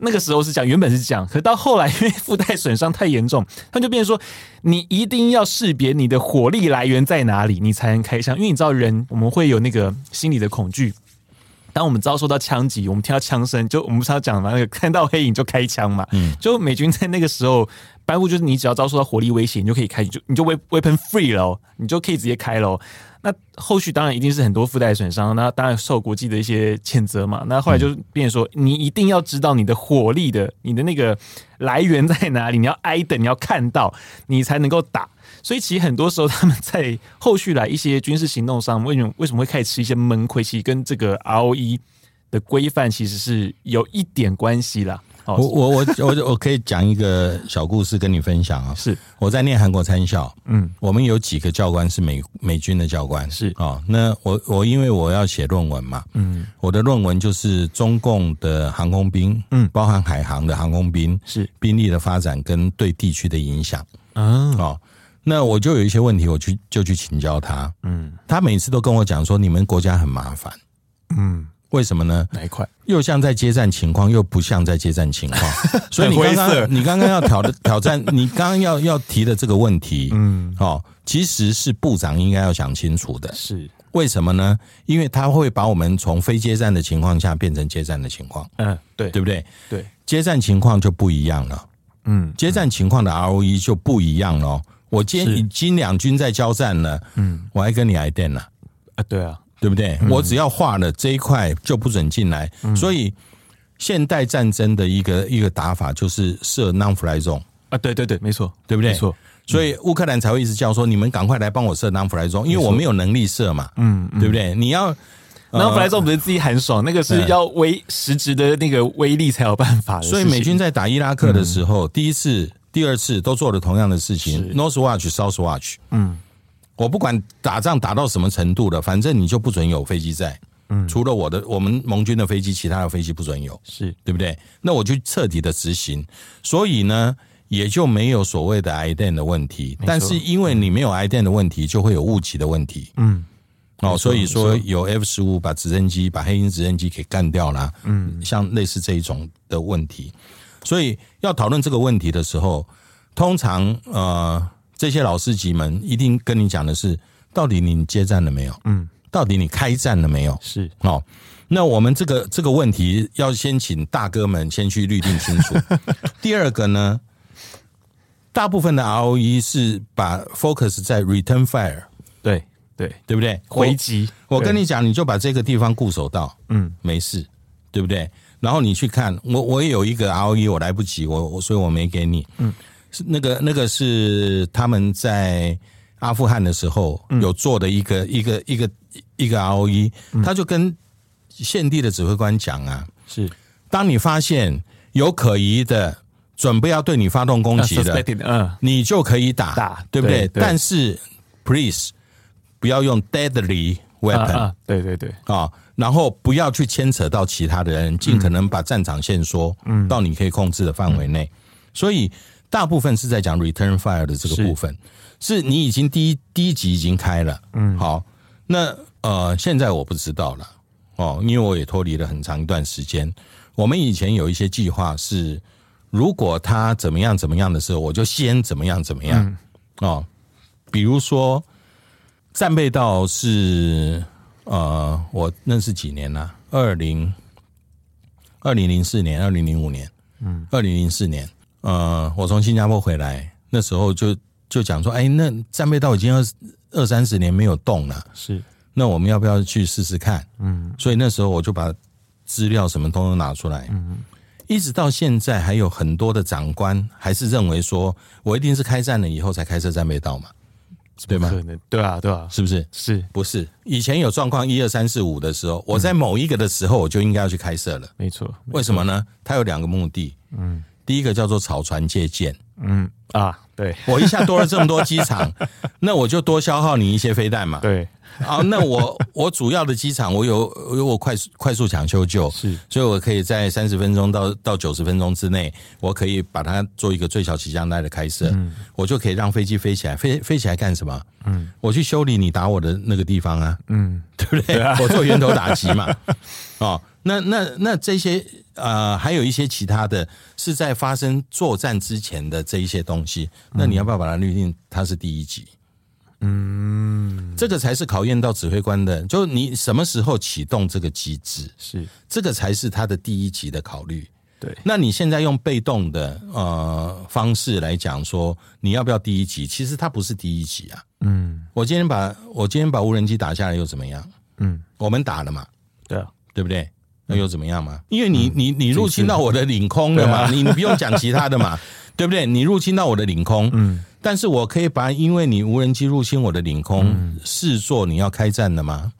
S3: 那个时候是讲，原本是讲，可到后来因为附带损伤太严重，他们就变成说，你一定要识别你的火力来源在哪里，你才能开枪。因为你知道人我们会有那个心理的恐惧，当我们遭受到枪击，我们听到枪声，就我们常讲嘛，那个看到黑影就开枪嘛。就美军在那个时候颁布，就是你只要遭受到火力威胁，你就可以开，你就你就 we- weapon free 了哦，你就可以直接开了哦。那后续当然一定是很多附带损伤，那当然受国际的一些谴责嘛。那后来就变成说，你一定要知道你的火力的，你的那个来源在哪里，你要挨等，你要看到，你才能够打。所以其实很多时候他们在后续来一些军事行动上，为什么为什么会开始吃一些闷亏？其实跟这个 ROE 的规范其实是有一点关系啦。
S2: 我
S3: 哦，
S2: 我我我我可以讲一个小故事跟你分享啊、
S3: 是
S2: 我在念韩国参校，
S3: 嗯，
S2: 我们有几个教官是美美军的教官，
S3: 是
S2: 哦。那我我因为我要写论文嘛，
S3: 嗯，
S2: 我的论文就是中共的航空兵，
S3: 嗯
S2: 包含海航的航空兵
S3: 是
S2: 兵力的发展跟对地区的影响，
S3: 啊，
S2: 哦。那我就有一些问题，我去就去请教他，
S3: 嗯
S2: 他每次都跟我讲说，你们国家很麻烦，
S3: 嗯，
S2: 为什么呢？
S3: 哪一块？
S2: 又像在接战情况，又不像在接战情况， 所以你刚
S3: 很灰色
S2: 刚你刚刚要挑的挑战，你刚刚要要提的这个问题，
S3: 嗯，
S2: 哦，其实是部长应该要想清楚的。
S3: 是，
S2: 为什么呢？因为他会把我们从非接战的情况下变成接战的情况，
S3: 嗯，对
S2: 对不对？
S3: 对，
S2: 接战情况就不一样了，
S3: 嗯
S2: 接战情况的 ROE 就不一样了。哦我今
S3: 是
S2: 已经两军在交战了，
S3: 嗯
S2: 我还跟你挨电了。
S3: 啊，对啊，
S2: 对不对？我只要画了这一块就不准进来，
S3: 嗯
S2: 所以现代战争的一个一个打法就是设 non-fly zone，
S3: 啊，对对对，没错，
S2: 对不对？
S3: 没错，
S2: 所以乌克兰才会一直叫说你们赶快来帮我设 non-fly zone，因为我没有能力设嘛，
S3: 嗯，
S2: 对不对？你要
S3: 然后本来说我们自己很爽，那个是要威实质的那个威力才有办法的事情。
S2: 所以美军在打伊拉克的时候，第一次、第二次都做了同样的事情
S3: 是
S2: ，North Watch、South Watch。嗯，我不管打仗打到什么程度了，反正你就不准有飞机在。嗯，除了我的我们盟军的飞机，其他的飞机不准有，
S3: 是
S2: 对不对？那我就彻底的执行，所以呢，也就没有所谓的 IDEN 的问题。但是因为你没有 IDEN 的问题，就会有误击的问题。
S3: 嗯，
S2: 哦，所以说有 F 十五把直升机把黑鹰直升机给干掉了，嗯，像类似这一种的问题，所以要讨论这个问题的时候，通常呃，这些老司机们一定跟你讲的是，到底你接战了没有？嗯，到底你开战了没有？
S3: 是
S2: 哦，那我们这个这个问题要先请大哥们先去律定清楚。第二个呢，大部分的 ROE 是把 focus 在 return fire，
S3: 对对
S2: 对不对？
S3: 回击。
S2: 我，我跟
S3: 对
S2: 你讲，你就把这个地方固守到，
S3: 嗯，
S2: 没事，对不对？然后你去看，我我也有一个 ROE，我来不及，我我所以我没给你，嗯，是那个那个是他们在阿富汗的时候
S3: 嗯
S2: 有做的一个、一个一个一个 ROE，、他
S3: 嗯
S2: 就跟现地的指挥官讲啊，
S3: 是
S2: 当你发现有可疑的准备要对你发动攻
S3: 啊
S2: 击的，
S3: suspected，嗯，
S2: 你就可以打，
S3: 打
S2: 对不对？
S3: 对对
S2: 但是，please 不要用 deadly
S3: 啊
S2: weapon 啊、
S3: 啊，对对对，
S2: 然后不要去牵扯到其他的人，尽可能把战场限缩、到你可以控制的范围内。所以，大部分是在讲 return fire 的这个
S3: 是
S2: 部分，是你已经第一第一集已经开了，嗯，好，那呃，现在我不知道了哦，因为我也脱离了很长一段时间。我们以前有一些计划是，如果他怎么样怎么样的时候，我就先怎么样怎么样、哦。比如说，战备道是呃，我那是几年呢、二零二零零四年、二零零五年，嗯，二零零四年，呃，我从新加坡回来，那时候就就讲说，哎，那战备道已经二二三十年没有动了，
S3: 是
S2: 那我们要不要去试试看？嗯，所以那时候我就把资料什么通通拿出来，嗯，一直到现在还有很多的长官还是认为说我一定是开战了以后才开设战备道嘛，对吗？
S3: 可能对啊对啊，
S2: 是不是？
S3: 是
S2: 不是，以前有状况一二三四五的时候，我在某一个的时候我就应该要去开设了。
S3: 没错
S2: 为什么呢？它有两个目的，嗯，第一个叫做草船借箭，
S3: 啊，对
S2: 我一下多了这么多机场，那我就多消耗你一些飞弹嘛。
S3: 对
S2: 啊，那我我主要的机场我有我有我快速快速抢修救，
S3: 是
S2: 所以我可以在三十分钟到到九十分钟之内，我可以把它做一个最小起降带的开设，我就可以让飞机飞起来，飞飞起来干什么？嗯，我去修理你打我的那个地方啊，嗯，对不对？我做源头打击 嘛，哦，那那那这些呃，还有一些其他的是在发生作战之前的这一些东西，那你要不要把它滤定？它是第一级。这个才是考验到指挥官的，就你什么时候启动这个机制，
S3: 是，
S2: 这个才是他的第一级的考虑。
S3: 对
S2: 那你现在用被动的呃方式来讲说，你要不要第一级？其实它不是第一级啊。
S3: 嗯
S2: 我今天把我今天把无人机打下来又怎么样？
S3: 嗯，
S2: 我们打了嘛，
S3: 对啊
S2: 对不对？那又怎么样
S3: 嗯
S2: 嘛？因为你你你入侵到我的领空了
S3: 啊
S2: 嘛，你你不用讲其他的嘛，对不对？你入侵到我的领空，嗯，但是我可以把因为你无人机入侵我的领空
S3: 嗯
S2: 视作你要开战的吗？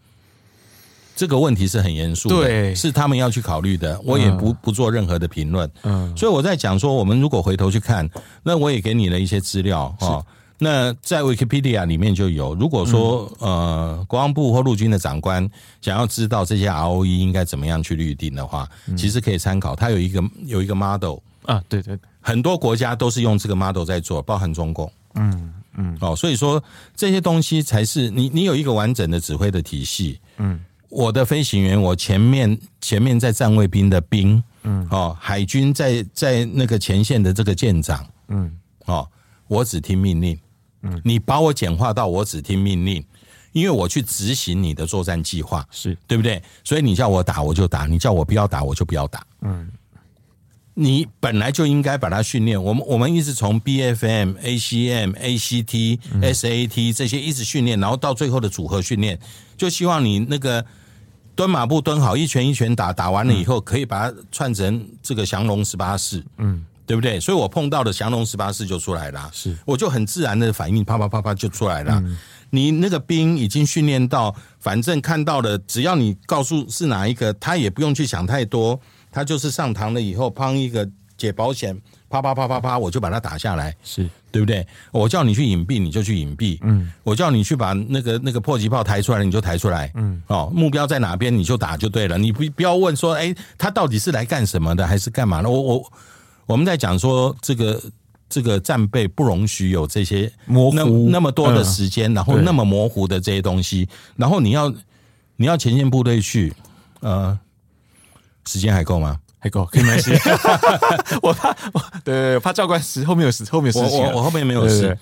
S2: 这个问题是很严肃的，
S3: 对
S2: 是他们要去考虑的。我也不不做任何的评论，
S3: 嗯
S2: 所以我在讲说，我们如果回头去看，那我也给你了一些资料哦。那在 Wikipedia 里面就有，如果说、
S3: 嗯
S2: 呃国防部或陆军的长官想要知道这些 ROE 应该怎么样去预定的话，
S3: 嗯
S2: 其实可以参考，它有一个有一个 model，
S3: 啊对对对
S2: 很多国家都是用这个 model 在做，包含中共。
S3: 嗯嗯
S2: 哦，所以说这些东西才是你你有一个完整的指挥的体系。
S3: 嗯，
S2: 我的飞行员，我前面前面在站卫兵的兵，嗯，哦，海军在在那个前线的这个舰长，
S3: 嗯
S2: 哦，我只听命令。嗯，你把我简化到我只听命令，因为我去执行你的作战计划，
S3: 是
S2: 对不对？所以你叫我打我就打，你叫我不要打我就不要打。嗯，你本来就应该把它训练。我们我们一直从 BFM、ACM、ACT、SAT 这些一直训练，然后到最后的组合训练，就希望你那个蹲马步蹲好，一拳一拳打，打完了以后可以把它串成这个降龙十八式。嗯，对不对？所以我碰到的降龙十八式就出来了啊，
S3: 是
S2: 我就很自然的反应，啪啪啪啪就出来了啊。你那个兵已经训练到，反正看到了，只要你告诉是哪一个，他也不用去想太多，他就是上膛了以后，砰一个解保险，啪啪啪啪啪，我就把他打下来。
S3: 是
S2: 对不对？我叫你去隐蔽，你就去隐蔽。嗯，我叫你去把那个那个迫击炮抬出来，你就抬出来。嗯，哦，目标在哪边你就打就对了，你不不要问说，哎，他到底是来干什么的，还是干嘛的？我我我们在讲说这个这个战备不容许有这些
S3: 模糊
S2: 那那么多的
S3: 嗯
S2: 时间，然后
S3: 对
S2: 那么模糊的这些东西，然后你要你要前线部队去，呃，时间还够吗？
S3: 还够，可以没关系。 我怕我对对，对怕教官时后面有时后面有
S2: 我
S3: 事情啊，
S2: 我我后面没有
S3: 对
S2: 事。
S3: 对对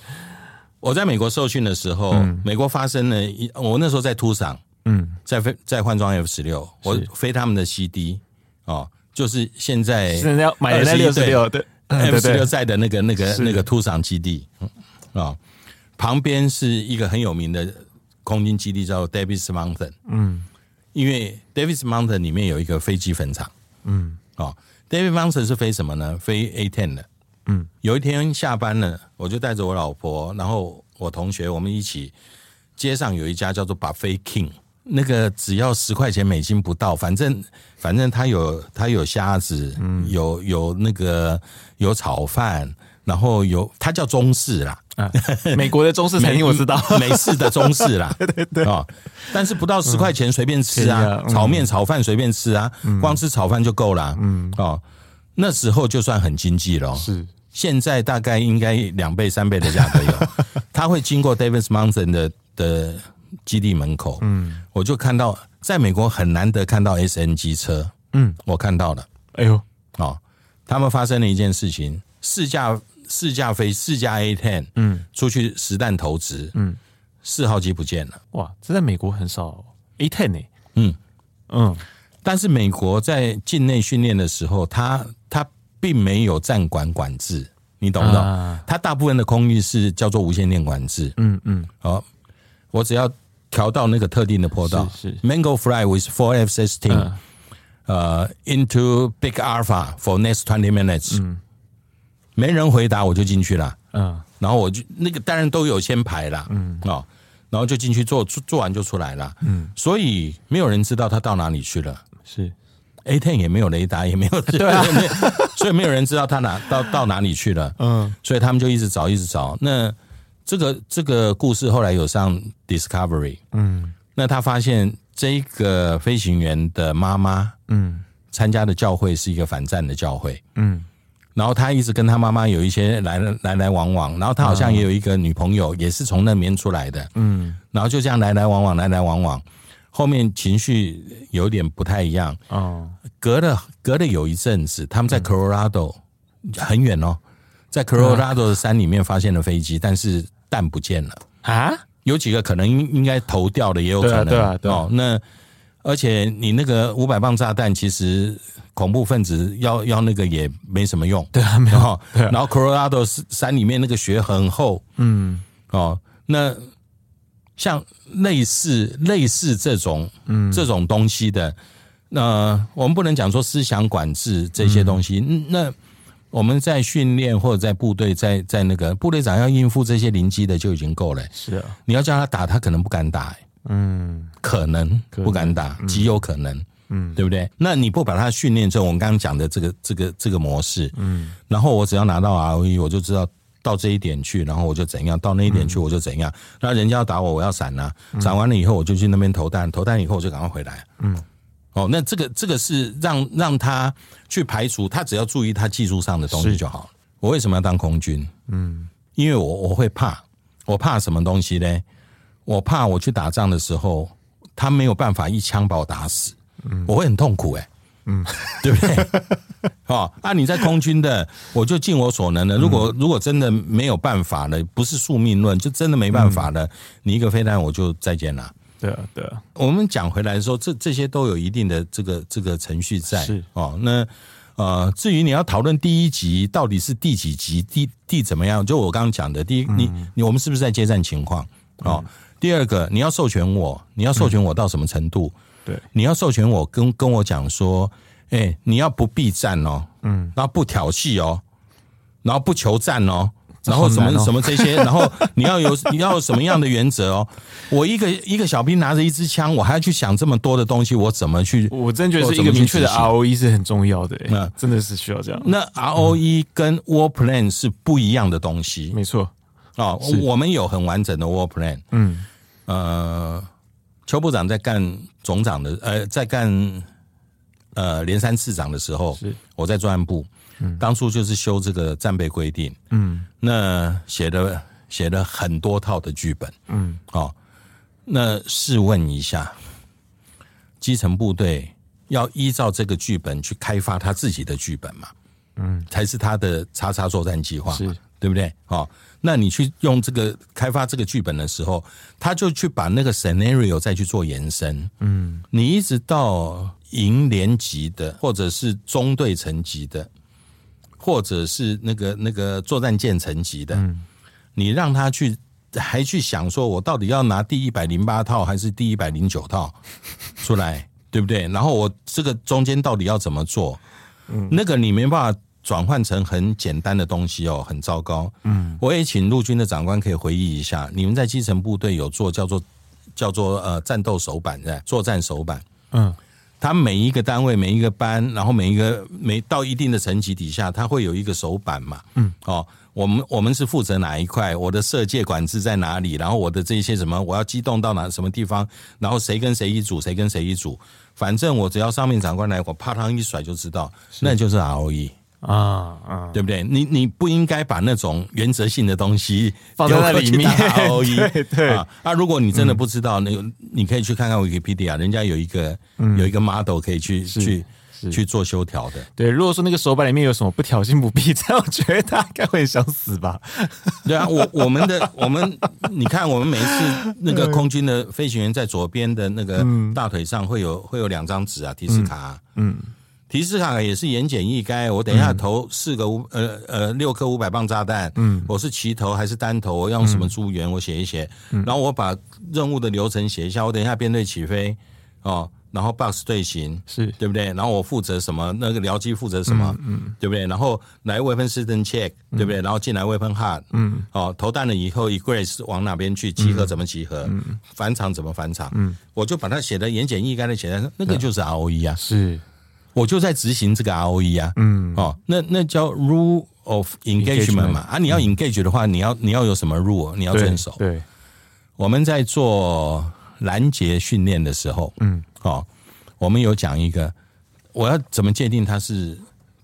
S2: 我在美国受训的时候，美国发生了一，我那时候在突赏，
S3: 嗯，
S2: 在飞在换装 F 十六，我飞他们的 CD 哦，就是现在
S3: 现在要买的那六
S2: 21
S3: 哎十
S2: 对
S3: 六，对哎
S2: F
S3: 对
S2: 十
S3: 嗯对
S2: 六
S3: 对，
S2: 在的那个那个
S3: 是
S2: 那个突赏基地啊、嗯哦，旁边是一个很有名的空军基地叫 Davis Mountain，嗯，因为 Davis Mountain 里面有一个飞机坟场，嗯，哦，Davis Mountain 是飞什么呢？飞 A ten 的，嗯，有一天下班了，我就带着我老婆，然后我同学我们一起，街上有一家叫做 Buffet King。那个只要十块钱美金不到，反正反正它有它有虾子，有有那个有炒饭，然后有它叫中式啦，
S3: 美嗯国的中式餐厅我知道，
S2: 嗯美美式的中式啦， 对对对啊、但是不到十块钱随便吃
S3: 便宜
S2: 啊
S3: 啊，嗯
S2: 炒面炒饭随便吃啊，光吃炒饭就够了，嗯哦，那时候就算很经济了，哦
S3: 是
S2: 现在大概应该两倍三倍的价格 有，它会经过 Davis Mountain 的的基地门口，嗯，我就看到在美国很难得看到 SNG 车，嗯，我看到了。
S3: 哎呦，
S2: 哦，他们发生了一件事情，试驾试驾飞试驾 A ten，嗯，出去实弹投掷，嗯，四号机不见了，
S3: 哇，这在美国很少 A ten 呢，
S2: 嗯
S3: 嗯，
S2: 但是美国在境内训练的时候，它它并没有战管管制，你懂不懂？
S3: 啊
S2: 它大部分的空域是叫做无线电管制，嗯嗯，好、我只要调到那个特定的坡道，
S3: 是是
S2: Mango Fly with four F sixteen，、
S3: 嗯
S2: 呃，into big alpha for next twenty minutes，、没人回答我就进去了。
S3: 嗯，
S2: 然后我就那个当然都有先排啦，嗯，哦，然后就进去做，做做完就出来了，嗯，所以没有人知道他到哪里去了
S3: 是
S2: ，A ten 也没有雷 达，也没有，对啊，所以没有人知道他哪到到哪里去了，嗯，所以他们就一直找，一直找。那这个这个故事后来有上 Discovery，嗯，那他发现这个飞行员的妈妈，嗯，参加的教会是一个反战的教会，然后他一直跟他妈妈有一些来来来往往，然后他好像也有一个女朋友，也是从那边出来的，嗯，然后就这样来来往往，来来往往，后面情绪有点不太一样，
S3: 哦，
S2: 隔了隔了有一阵子，他们在 Colorado、很远哦，在 Colorado 的山里面发现了飞机，但是弹不见了。
S3: 啊，
S2: 有几个可能应应该投掉的，也有可
S3: 对啊
S2: 能。
S3: 对啊对啊
S2: 哦，那而且你那个五百磅炸弹，其实恐怖分子要要那个也没什么用。对啊，没有。然后 Colorado 山里面那个雪很厚。嗯。哦，那像类似类似这种嗯这种东西的，那、我们不能讲说思想管制这些东西。嗯那我们在训练或者在部队，在在那个部队长要应付这些邻居的就已经够了、
S3: 是啊，
S2: 你要叫他打，他可能不敢打、欸
S3: 嗯，
S2: 可能不敢打，极有可能，嗯，对不对？那你不把他训练成我们刚刚讲的这个这个这个模式，嗯，然后我只要拿到 ROE，我就知道到这一点去，然后我就怎样，到那一点去我就怎样。那人家要打我，我要闪啊，闪完了以后我就去那边投弹，投弹以后我就赶快回来，嗯。哦，那这个这个是让让他去排除，他只要注意他技术上的东西就好了。我为什么要当空军？嗯，因为我我会怕，我怕什么东西呢？我怕我去打仗的时候，他没有办法一枪把我打死，我会很痛苦哎、嗯， 对不对？哦，啊，你在空军的，我就尽我所能的。如果、如果真的没有办法了，不是宿命论，就真的没办法了，你一个飞弹我就再见了。
S3: 对啊，对啊，
S2: 我们讲回来说，这这些都有一定的这个这个程序在
S3: 是
S2: 哦。那呃，至于你要讨论第一集到底是第几集，第第怎么样，就我刚刚讲的，第
S3: 嗯
S2: 一，你你我们是不是在接战情况哦？第二个，你要授权我，你要授权我到什么程度？
S3: 对，
S2: 你要授权我跟跟我讲说，哎、你要不避战哦，嗯，然后不挑衅哦，然后不求战哦，然后什么、
S3: 好难哦
S2: 什么这些，然后你要有你要有什么样的原则哦。我一个一个小兵拿着一支枪，我还要去想这么多的东西，我怎么去？
S3: 我真觉得是一个明确的 ROE 是很重要的、欸，真的是需要这样。
S2: 那 ROE 跟 War Plan 是不一样的东西
S3: 没错，
S2: 哦。我们有很完整的 War Plan，
S3: 嗯，
S2: 呃，邱部长在干总长的，呃，在干呃连山市长的时候
S3: 是，
S2: 我在专案部，当初就是修这个战备规定，
S3: 嗯，
S2: 那写了写了很多套的剧本，
S3: 嗯，
S2: 哦，那试问一下，基层部队要依照这个剧本去开发他自己的剧本嘛？嗯，才是他的叉叉作战计划嘛，
S3: 是
S2: 对不对？哦，那你去用这个开发这个剧本的时候，他就去把那个 scenario 再去做延伸。嗯，你一直到营连级的，或者是中队层级的，或者是那个那个作战舰层级的，你让他去还去想说，我到底要拿第一百零八套还是第一百零九套出来，对不对？然后我这个中间到底要怎么做？那个你没办法转换成很简单的东西哦，很糟糕。嗯，我也请陆军的长官可以回忆一下，你们在基层部队有做叫做叫做呃战斗手板在作战手板，
S3: 嗯，
S2: 他每一个单位、每一个班，然后每一个每到一定的层级底下，他会有一个手板嘛。嗯，哦，我们我们是负责哪一块？我的射界管制在哪里？然后我的这些什么，我要机动到哪什么地方？然后谁跟谁一组，谁跟谁一组？反正我只要上面长官来，我啪嗒一甩就知道，那就是 ROE。
S3: 啊啊，
S2: 对不对？你你不应该把那种原则性的东西
S3: 放在那里面
S2: 丢过去当 ROE
S3: 对对嗯
S2: 啊，啊如果你真的不知道，那、你可以去看看 Wikipedia，人家有一个、有一个 model 可以去去去做修条的。
S3: 对。如果说那个手板里面有什么不挑衅不避战，我觉得他应该会很想死吧？
S2: 对啊，我我们 的我们，你看我们每一次那个空军的飞行员在左边的那个
S3: 嗯
S2: 大腿上会有会有两张纸啊，提示卡、嗯，提示卡也是言简意赅。我等一下投四个五呃呃六颗五百磅炸弹，嗯，我是齐头还是单头？我用什么猪源？我写一写，然后我把任务的流程写一下。我等一下编队起飞哦，然后 box 队形，
S3: 是
S2: 对不对？然后我负责什么？那个僚机负责什么？嗯，对不对？然后来 weapon system check，、对不对？然后进来 weapon hard，嗯，哦，投弹了以后，egress 往哪边去？集合怎么集合？返场怎么返场？嗯，我就把它写的言简意赅的写在那个就是 ROE 啊，
S3: 是
S2: 我就在执行这个 ROE 啊，嗯，哦，那那叫 rule of engagement 嘛，啊，你要 engage 的话，你要你要有什么 rule，你要
S3: 对
S2: 遵守，
S3: 对，
S2: 我们在做拦截训练的时候，嗯，哦，我们有讲一个，我要怎么界定它是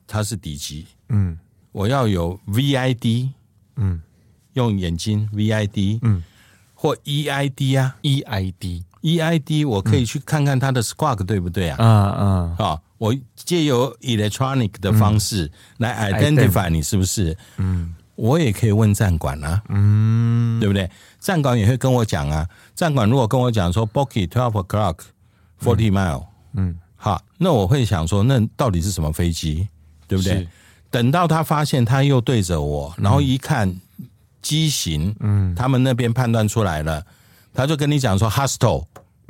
S2: 它是底级？
S3: 嗯，
S2: 我要有 VID，
S3: 嗯，
S2: 用眼睛 VID，嗯，或 EID 啊
S3: EID
S2: ，EID 我可以去看看它的 squawk 对不对啊？
S3: 啊啊，
S2: 啊、我借由 electronic 的方式嗯来 identify 你是不是？嗯，我也可以问站管啊，嗯，对不对？站管也会跟我讲啊，站管如果跟我讲说 Boki twelve o'clock forty mile，嗯，好，那我会想说，那到底是什么飞机，对不对
S3: 是？
S2: 等到他发现他又对着我，然后一看机型，嗯，他们那边判断出来了，他就跟你讲说 hostile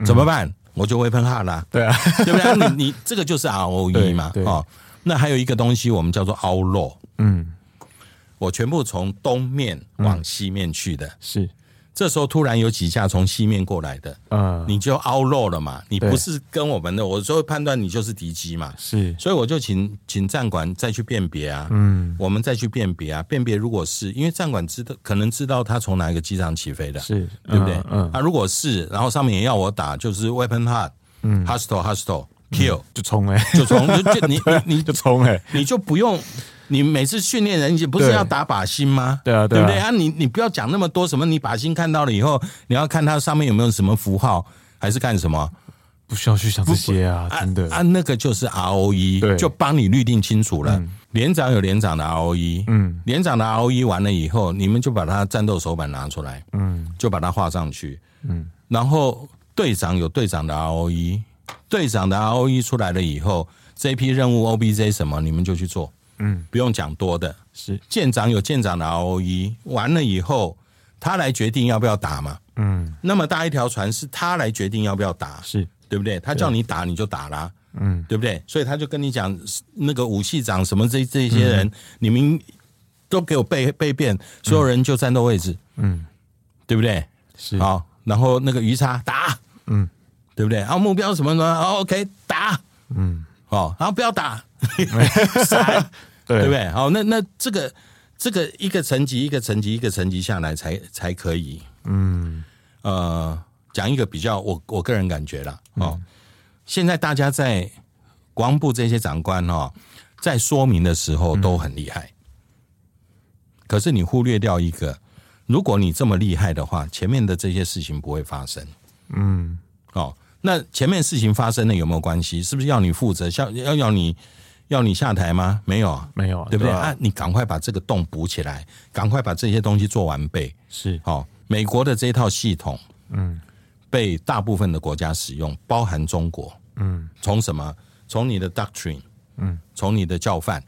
S2: 怎么办？我就会喷哈啦，
S3: 对啊，
S2: 对不对？啊你你这个就是 ROE 嘛
S3: 对，对
S2: 哦，那还有一个东西我们叫做 outlaw，
S3: 嗯，
S2: 我全部从东面往西面去的，
S3: 是，
S2: 这时候突然有几架从西面过来的，
S3: 嗯，
S2: 你就 outlaw 了嘛，你
S3: 对
S2: 不是跟我们的，我就会判断你就是敌机嘛，
S3: 是
S2: 所以我就请请站管再去辨别啊，嗯，我们再去辨别啊，辨别如果是因为站管知道可能知道他从哪一个机场起飞的，
S3: 是，
S2: 对不对？
S3: 嗯，嗯
S2: 啊，如果是，然后上面也要我打，就是 weapon hard，嗯，hostile hostile kill，、
S3: 就冲哎，
S2: 就从就就你你你
S3: 就冲哎，
S2: 你就不用，你每次训练人，你不是
S3: 对
S2: 要打靶心吗？
S3: 对啊对
S2: 对
S3: 啊
S2: 不对啊？你你不要讲那么多什么，你靶心看到了以后，你要看它上面有没有什么符号，还是干什么？
S3: 不需要去想这些啊，真的
S2: 啊，那个就是 ROE，
S3: 对
S2: 就帮你律定清楚了。连长有连长的 ROE，嗯，连长的 ROE 完了以后，你们就把他战斗手板拿出来，嗯，就把它画上去，嗯，然后队长有队长的 ROE，队长的 ROE 出来了以后，这批任务 OBJ 什么，你们就去做，嗯，不用讲多的。
S3: 是
S2: 舰长有舰长的 ROE，完了以后他来决定要不要打嘛，嗯，那么大一条船是他来决定要不要打，
S3: 是，
S2: 对不对？他叫你打你就打啦，嗯，对不对？所以他就跟你讲，那个武器长什么这这些人，你们都给我被被变，所有人就战斗位置，
S3: 嗯，
S2: 对不对？
S3: 是
S2: 好，然后那个鱼叉打，
S3: 嗯，
S2: 对不对？啊，目标什么呢？哦，OK，打，嗯，哦，然后不要打， 闪，
S3: 对
S2: 对不对？好，那那这个这个一个层级一个层级一个层级下来才才可以，嗯，呃，讲一个比较我我个人感觉啦，
S3: 嗯
S2: 哦，现在大家在国防部这些长官哦，在说明的时
S3: 嗯
S2: 候都很厉害，可是你忽略掉一个，如果你这么厉害的话，前面的这些事情不会发生。
S3: 嗯，
S2: 哦，那前面事情发生了有没有关系？是不是要你负责？要要要你要你下台吗？没有啊，
S3: 没有啊，
S2: 对不对
S3: 啊
S2: 啊？你赶快把这个洞补起来，赶快把这些东西做完备。
S3: 是，
S2: 哦，美国的这一套系统，嗯，被大部分的国家使用，包含中国。
S3: 嗯，
S2: 从什么？从你的 doctrine，嗯，从你的教范，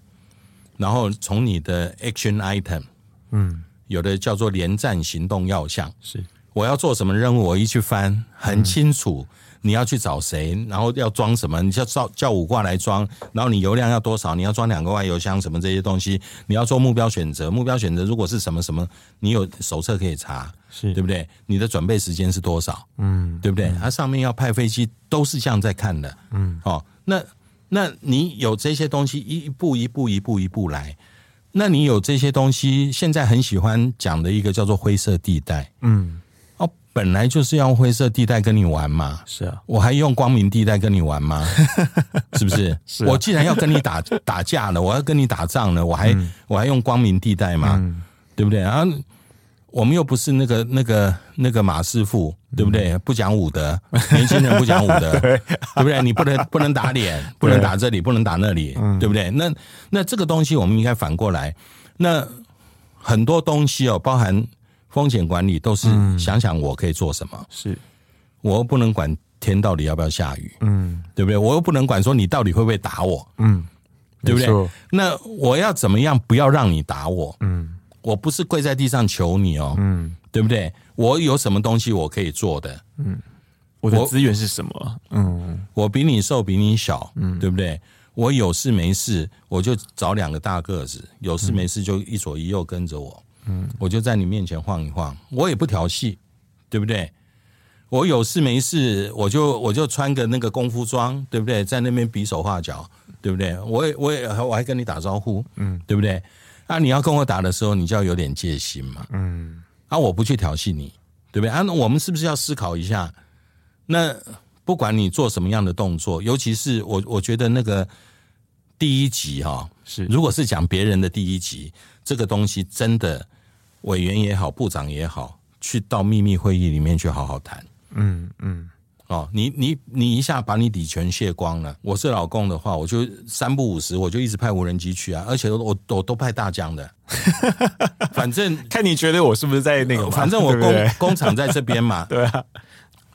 S2: 然后从你的 action item，
S3: 嗯，
S2: 有的叫做连战行动要项，
S3: 是，
S2: 我要做什么任务，我一去翻，很清楚你要去找谁，然后要装什么，你叫叫叫五卦来装，然后你油量要多少，你要装两个外油箱什么这些东西，你要做目标选择，目标选择如果是什么什么，你有手册可以查，
S3: 是
S2: 对不对？你的准备时间是多少？
S3: 嗯，
S2: 对不对？它、上面要派飞机，都是这样在看的。嗯，哦，那那你有这些东西一步一步一步一步来，那你有这些东西，现在很喜欢讲的一个叫做灰色地带。
S3: 嗯，
S2: 哦，本来就是要用灰色地带跟你玩嘛，
S3: 是啊，
S2: 我还用光明地带跟你玩 吗？是不是？
S3: 啊
S2: 我既然要跟你打 打架了，我要跟你打仗了，我还、我还用光明地带吗？对不对？然后我们又不是那个那个那个马师傅，对不对？不讲武德，年轻人不讲武德，嗯 对不对？你不能不能打脸，不能打这里，不能打那里，对不对？那那这个东西我们应该反过来，那很多东西哦，包含风险管理，都是想想我可以做什么。
S3: 是，
S2: 我又不能管天到底要不要下雨，
S3: 嗯
S2: 对不对？我又不能管说你到底会不会打我，
S3: 嗯，
S2: 对不
S3: 没错
S2: 对？那我要怎么样不要让你打我？
S3: 嗯
S2: 我不是跪在地上求你哦，
S3: 嗯，
S2: 对不对？我有什么东西我可以做的？
S3: 我的
S2: 我
S3: 资源是什么？嗯，
S2: 我比你瘦，比你小，对不对？我有事没事，我就找两个大个子，有事没事就一左一右跟着我，嗯，我就在你面前晃一晃，我也不调戏，对不对？我有事没事，我就我就穿个那个功夫装，对不对？在那边比手画脚，对不对？我也我也我还跟你打招呼，嗯，对不对？啊，你要跟我打的时候，你就要有点戒心嘛，嗯，啊，我不去调戏你，对不对？啊，那我们是不是要思考一下？那不管你做什么样的动作，尤其是我，我觉得那个第一集哈、
S3: 是
S2: 如果是讲别人的第一集，这个东西真的委员也好，部长也好，去到秘密会议里面去好好谈
S3: 嗯嗯，
S2: 哦。你你你一下把你底权卸光了，我是老公的话，我就三不五十，我就一直派无人机去啊，而且我我我都派大疆 的，反正
S3: 看你觉得我是不是在那个嘛？
S2: 反正我
S3: 对
S2: 工
S3: 不对
S2: 工厂在这边嘛，
S3: 对啊，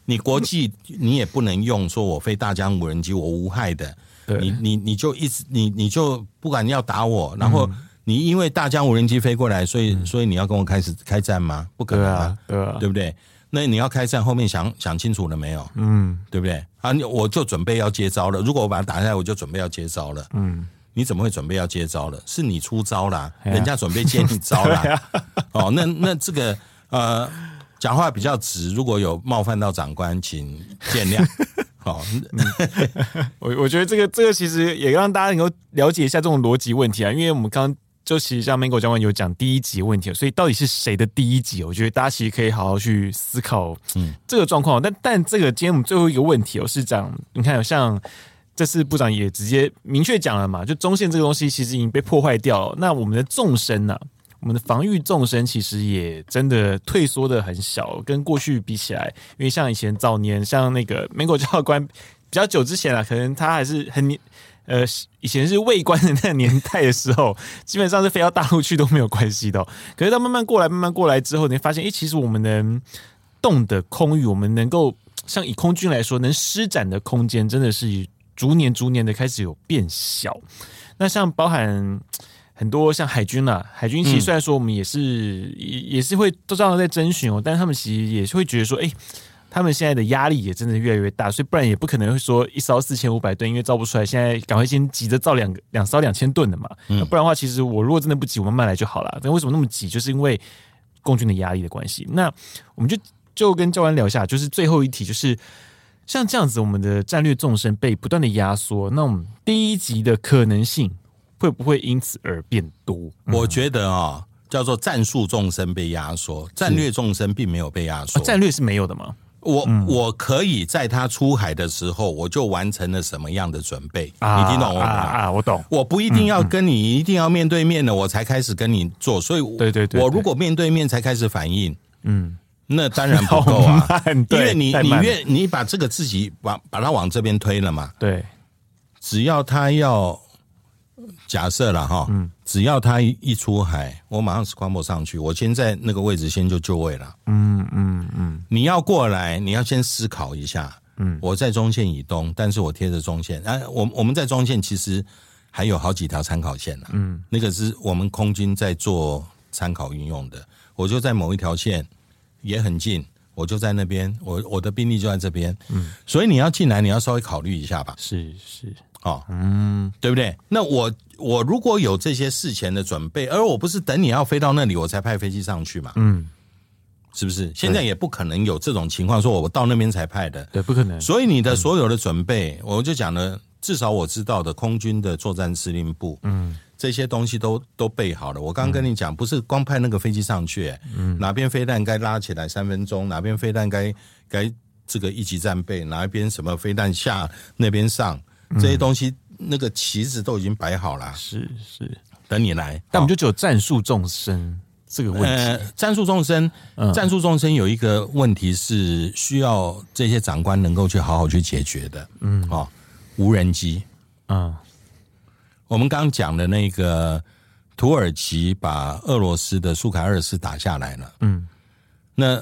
S2: 你国际你也不能用说我飞大疆无人机，我无害的。
S3: 对
S2: 你你你就一直你你就不管要打我，然
S3: 嗯
S2: 后你因为大疆无人机飞过来，所以所以你要跟我开始开战吗？不可
S3: 对
S2: 能
S3: 啊，对啊，
S2: 对不对？那你要开战，后面想想清楚了没有？
S3: 嗯，
S2: 对不对？啊，你我就准备要接招了。如果我把它打下来，我就准备要接招了。嗯，你怎么会准备要接招了？是你出招啦，
S3: 哎呀
S2: 人家准备接你招 啦。哦，那那这个呃，讲话比较直，如果有冒犯到长官，请见 谅。哦好、
S3: 我我觉得这个这个其实也让大家能够了解一下这种逻辑问题啊，因为我们刚刚就其实像 Mango 教官有讲第一集问题，所以到底是谁的第一集？我觉得大家其实可以好好去思考
S2: 嗯
S3: 这个状况。但但这个今天我们最后一个问题哦，是讲你看有像。这次部长也直接明确讲了嘛，就中线这个东西其实已经被破坏掉了。那我们的纵深呢、我们的防御纵深其实也真的退缩的很小，跟过去比起来，因为像以前早年像那个美国教官比较久之前啊，可能他还是很年呃以前是卫官的那个年代的时候，基本上是飞到大陆去都没有关系的哦、可是他慢慢过来，慢慢过来之后，你会发现，诶、其实我们能动的空域，我们能够像以空军来说，能施展的空间真的是逐年逐年的开始有变小。那像包含很多像海军啦、啊海军其实虽然说我们也是、也也是会都照样在征询哦，但是他们其实也是会觉得说，哎、他们现在的压力也真的越来越大，所以不然也不可能会说一艘四千五百吨，因为造不出来，现在赶快先急着造两个两艘两千吨的嘛。那不然的话，其实我如果真的不急，我慢慢来就好了。但为什么那么急？就是因为共军的压力的关系。那我们就就跟教官聊一下，就是最后一题，就是像这样子，我们的战略纵深被不断的压缩，那我们第一级的可能性会不会因此而变多？
S2: 我觉得啊、叫做战术纵深被压缩，战略纵深并没有被压
S3: 啊
S2: 缩。
S3: 战略嗯是没有的嘛？
S2: 我、我可以在他出海的时候，我就完成了什么样的准备？
S3: 啊
S2: 你听懂我吗？
S3: 啊啊，我懂。
S2: 我不一定
S3: 嗯
S2: 要跟你、一定要面对面的，我才开始跟你做。所以我，
S3: 对对对
S2: 我
S3: 对
S2: 如果面对面才开始反应，嗯，那当然不够啊
S3: 好慢，
S2: 因
S3: 对
S2: 为你
S3: 太
S2: 你
S3: 慢了
S2: 越你把这个自己把把它往这边推了嘛，
S3: 对，
S2: 只要他要假设了哈，只要他一一出海，我马上 scramble 上去，我先在那个位置先就就位了。嗯嗯嗯，你要过来，你要先思考一下。嗯，我在中线以东，但是我贴着中线，啊，我我们在中线其实还有好几条参考线呢、嗯，那个是我们空军在做参考运用的。我就在某一条线也很近，我就在那边，我我的兵力就在这边。嗯，所以你要进来，你要稍微考虑一下吧。
S3: 是是，
S2: 哦，嗯，对不对？那我我如果有这些事前的准备，而我不是等你要飞到那里我才派飞机上去嘛，嗯，是不是？现在也不可能有这种情况，说我到那边才派的。
S3: 对，不可能。
S2: 所以你的所有的准备，我就讲了，至少我知道的，空军的作战司令部，嗯，这些东西都都备好了。我刚刚跟你讲，不是光派那个飞机上去、嗯，哪边飞弹该拉起来三分钟，哪边飞弹该该这个一级战备，哪一边什么飞弹下那边上，这些东西、那个旗子都已经摆好了，
S3: 是是，
S2: 等你来。
S3: 但我们就只有战术纵深这个问题。嗯
S2: 呃，战术纵深，战术纵深有一个问题是需要这些长官能够去好好去解决的。嗯，哦，无人机，
S3: 嗯，
S2: 我们刚讲的那个土耳其把俄罗斯的苏凯二四打下来了，嗯，那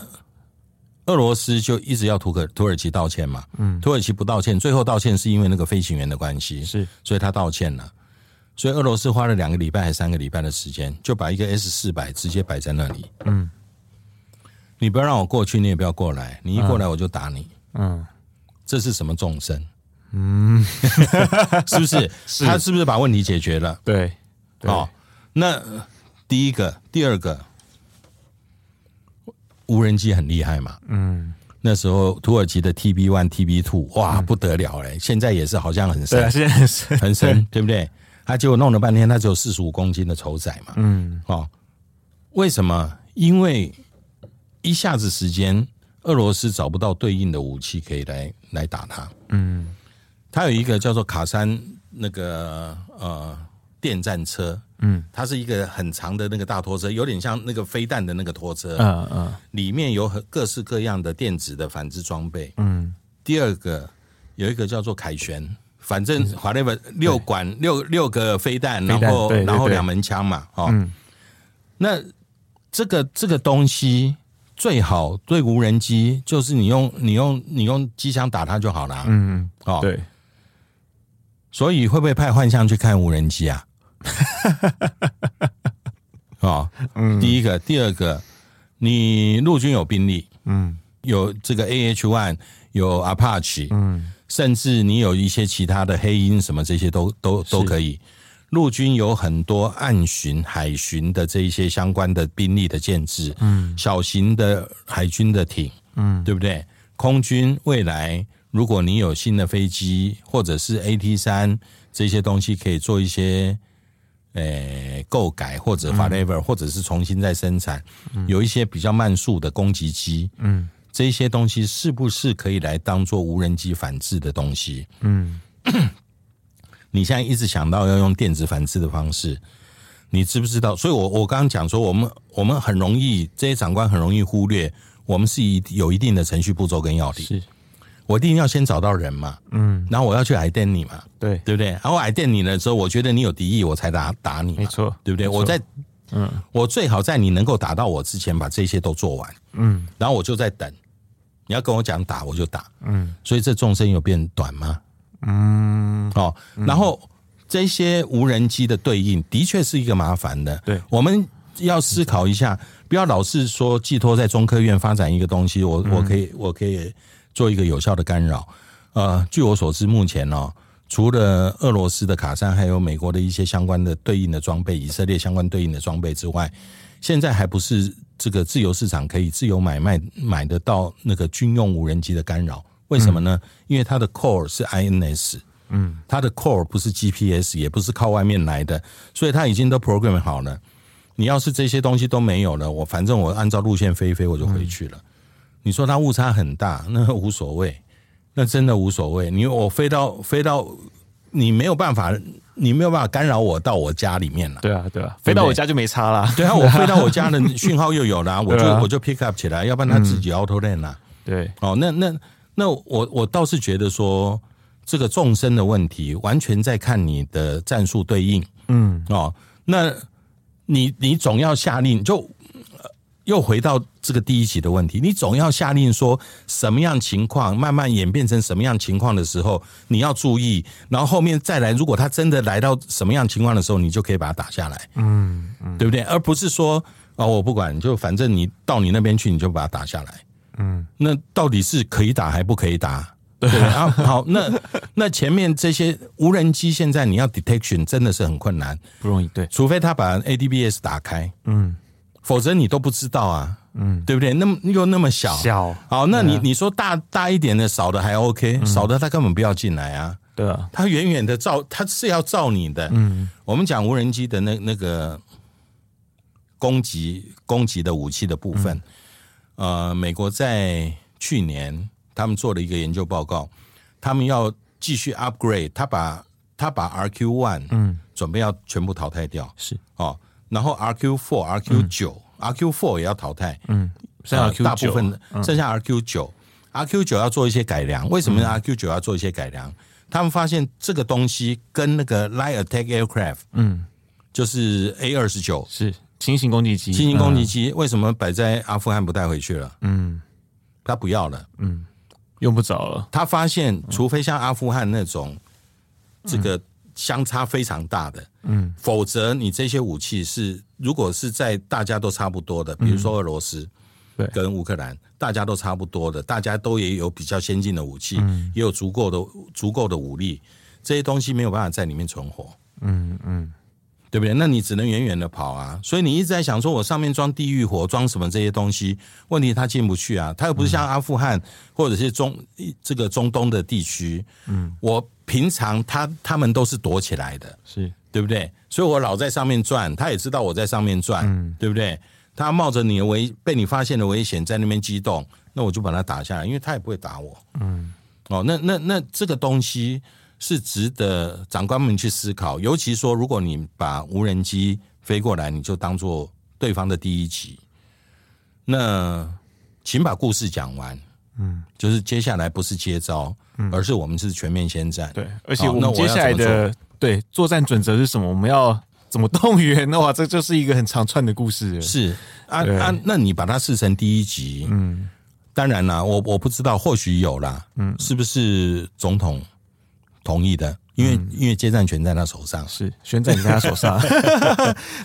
S2: 俄罗斯就一直要土可土耳其道歉嘛，嗯，土耳其不道歉，最后道歉是因为那个飞行员的关系，
S3: 是，
S2: 所以他道歉了。所以俄罗斯花了两个礼拜还三个礼拜的时间，就把一个 S 四百直接摆在那里。嗯，你不要让我过去，你也不要过来，你一过来我就打你。
S3: 嗯，
S2: 这是什么众 生？嗯，是不是？他是不是把问题解决了？
S3: 对，对
S2: 哦，，那呃第一个、第二个，无人机很厉害嘛。嗯，嗯那时候土耳其的 TB one、TB two，哇，不得了嘞！现在也是好像很
S3: 对啊，
S2: 深，
S3: 现在是
S2: 很深，对不对？他结果弄了半天，他只有四十五公斤的丑仔嘛。嗯，哦，为什么？因为一下子时间，俄罗斯找不到对应的武器可以来来打他。嗯，他有一个叫做卡山那个呃电战车，嗯，它是一个很长的那个大拖车，有点像那个飞弹的那个拖车，
S3: 嗯嗯，
S2: 里面有很各式各样的电子的反制装备。嗯，第二个有一个叫做凯旋，反正 whatever 六管六六个飞弹，
S3: 飞弹
S2: 然后
S3: 对对
S2: 然后
S3: 对嗯
S2: 两门枪嘛，哦，那这个这个东西最好对无人机，就是你用你用你用机枪打它就好了。嗯，哦，
S3: 对，
S2: 所以会不会派幻象去看无人 机啊？哦，第一个，第二个，你陆军有兵力，
S3: 嗯，
S2: 有这个 AH One，有 Apache，嗯，甚至你有一些其他的黑鹰什么这些都都都可以。陆军有很多岸巡、海巡的这一些相关的兵力的建制，嗯，小型的海军的艇，嗯，对不对？空军未来如果你有新的飞机或者是 AT 三这些东西，可以做一些诶呃购改或者 whatever，、或者是重新再生产，有一些比较慢速的攻击机，嗯，这些东西是不是可以来当做无人机反制的东西？嗯， 你现在一直想到要用电子反制的方式。你知不知道？所以我我刚刚讲说，我们我们很容易这些长官很容易忽略，我们是以有一定的程序步骤跟要领。
S3: 是，
S2: 我一定要先找到人嘛，嗯，然后我要去 i d e n 你嘛，
S3: 对，
S2: 对不对？然后 i d e n 你了之后，我觉得你有敌意，我才打打你嘛，
S3: 没错
S2: 对不对？
S3: 没错
S2: 我在，嗯，我最好在你能够打到我之前把这些都做完，嗯，然后我就在等，你要跟我讲打我就打，嗯，所以这纵深有变短吗？嗯，哦，然后这些无人机的对应的确是一个麻烦的，
S3: 对
S2: 我们要思考一下，不要老是说寄托在中科院发展一个东西，我我可以我可以做一个有效的干扰。呃，据我所知，目前哦，除了俄罗斯的卡山，还有美国的一些相关的对应的装备，以色列相关对应的装备之外，现在还不是这个自由市场可以自由买卖买得到那个军用无人机的干扰。为什么呢？因为它的 core 是 INS，嗯，它的 core 不是 GPS，也不是靠外面来的，所以它已经都 program 好了。你要是这些东西都没有了，我反正我按照路线飞一飞，我就回去了。你说它误差很大，那无所谓，那真的无所谓。你我飞到飞到，你没有办法，你没有办法干扰我到我家里面了。
S3: 对啊，对啊，飞到我家就没差啦。
S2: 对啊，我飞到我家 的讯号又有了啊，我就
S3: 对啊嗯
S2: 我就 pick up 起来，要不然它自己 auto lane 啦、
S3: 对，
S2: 哦，那那那我我倒是觉得说，这个纵深的问题完全在看你的战术对应。嗯，哦，那你你总要下令，就呃又回到这个第一集的问题，你总要下令说什么样情况慢慢演变成什么样情况的时候，你要注意，然后后面再来，如果他真的来到什么样情况的时候，你就可以把它打下来。对不对？而不是说啊、我不管，就反正你到你那边去，你就把它打下来。嗯，那到底是可以打还不可以打？对啊，好，那那前面这些无人机现在你要 detection 真的是很困难，
S3: 不容易。对，
S2: 除非他把 ADBS 打开，嗯，否则你都不知道啊，嗯，对不对？那么又那么小， 啊
S3: 小
S2: 好，那你、你说大大一点的少的还 OK，、少的他根本不要进来啊，
S3: 对啊，
S2: 它远远的照，它是要照你的。嗯，我们讲无人机的那那个攻击攻击的武器的部分，呃，美国在去年他们做了一个研究报告，他们要继续 upgrade，他把他把 RQ one 嗯准备要全部淘汰掉
S3: 是
S2: 哦，然后 RQ four、RQ 九、RQ four 也要淘汰，嗯，
S3: 剩下 RQ
S2: 大部
S3: 9
S2: 分剩下 RQ 九、r q 九要做一些改良。为什么 RQ 九要做一些改良？他们发现这个东西跟那个 Light Attack Aircraft，嗯，就是 A 二十九
S3: 是轻型攻击机，嗯
S2: 新型攻击机，为什么摆在阿富汗不带回去了？嗯，他不要了。
S3: 用不着了。
S2: 他发现，除非像阿富汗那种，这个相差非常大的，嗯，否则你这些武器是，如果是在大家都差不多的，比如说俄罗斯，
S3: 对
S2: 跟乌克兰，大家都差不多的，大家都也有比较先进的武器，也有足够的足够的武力，这些东西没有办法在里面存活，嗯嗯，对不对？那你只能远远的跑啊，所以你一直在想说，我上面装地狱火，装什么这些东西，问题它进不去啊，它又不是像阿富汗或者是中这个中东的地区，嗯，我平常他他们都是躲起来的，
S3: 是
S2: 对不对？所以我老在上面转，他也知道我在上面转，对不对？他冒着你的危被你发现的危险在那边激动，那我就把他打下来，因为他也不会打我。嗯，哦，那那那这个东西是值得长官们去思考，尤其说如果你把无人机飞过来，你就当做对方的第一集。那请把故事讲完，嗯，就是接下来不是接招，而是我们是全面先战。
S3: 对，而且
S2: 好
S3: 我
S2: 那
S3: 们
S2: 我
S3: 接
S2: 要
S3: 下来
S2: 怎么做
S3: 的对作战准则是什么？我们要怎么动员？ 哇，这就是一个很长串的故事了。
S2: 是啊
S3: 对
S2: 啊，那你把它视成第一集，嗯，当然啦，我我不知道，或许有啦，嗯，是不是总统同意的？因为、因为接战权在他手上，
S3: 是宣战在他手上，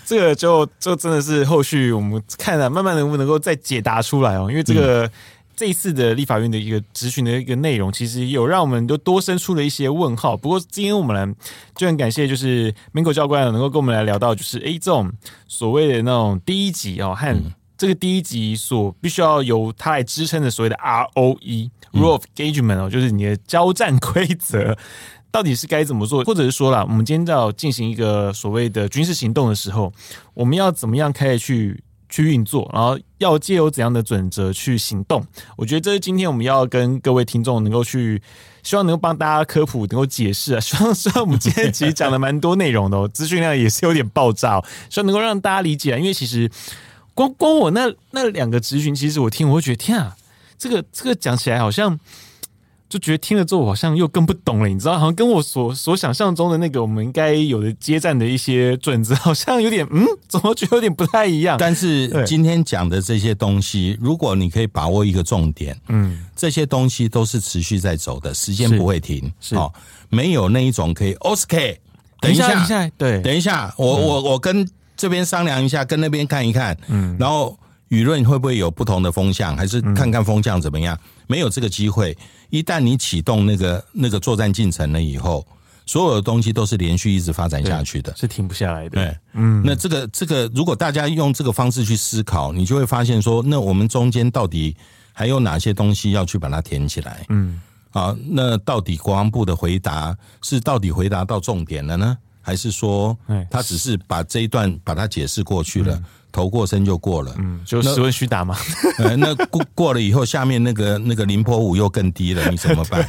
S3: 这个就就真的是后续我们看了、慢慢能不能够再解答出来哦，因为这个。这一次的立法院的一个质询的一个内容，其实有让我们都多生出了一些问号。不过今天我们来就很感谢，就是 Mingo 教官能够跟我们来聊到，就是诶这种所谓的那种第一集哦，和这个第一集所必须要由它来支撑的所谓的 ROE Rule of Engagement 哦，就是你的交战规则。到底是该怎么做，或者是说啦，我们今天要进行一个所谓的军事行动的时候，我们要怎么样开始去去运作，然后要借由怎样的准则去行动？我觉得这是今天我们要跟各位听众能够去，希望能够帮大家科普，能够解释啊。 希望虽然我们今天其实讲了蛮多内容的、哦，资讯量也是有点爆炸、哦，希望能够让大家理解啊。因为其实光光我那那两个咨询，其实我听我会觉得天啊，这个这个讲起来好像。就觉得啊听了之后，我好像又更不懂了，你知道，好像跟我所所想象中的那个我们应该有的接战的一些准则，好像有点嗯，怎么觉得有点不太一样？
S2: 但是
S3: 对
S2: 今天讲的这些东西，如果你可以把握一个重点，嗯，这些东西都是持续在走的，时间
S3: 是
S2: 不会停，
S3: 是
S2: 哦，没有那一种可以 OK，等
S3: 等一下，对
S2: 等一下，我、我我跟这边商量一下，跟那边看一看，嗯，然后舆论会不会有不同的风向，还是看看风向怎么样？没有这个机会。一旦你启动那个那个作战进程了以后，所有的东西都是连续一直发展下去的。
S3: 是停不下来的。
S2: 对，嗯，那这个这个，如果大家用这个方式去思考，你就会发现说，那我们中间到底还有哪些东西要去把它填起来？嗯，啊，那到底国防部的回答是到底回答到重点了呢，还是说
S3: 哎
S2: 他只是把这一段把它解释过去了，头过身就过了？嗯，
S3: 就实问虚答嘛，
S2: 呃、那过过了以后，下面那个那个林波舞又更低了，你怎么 办？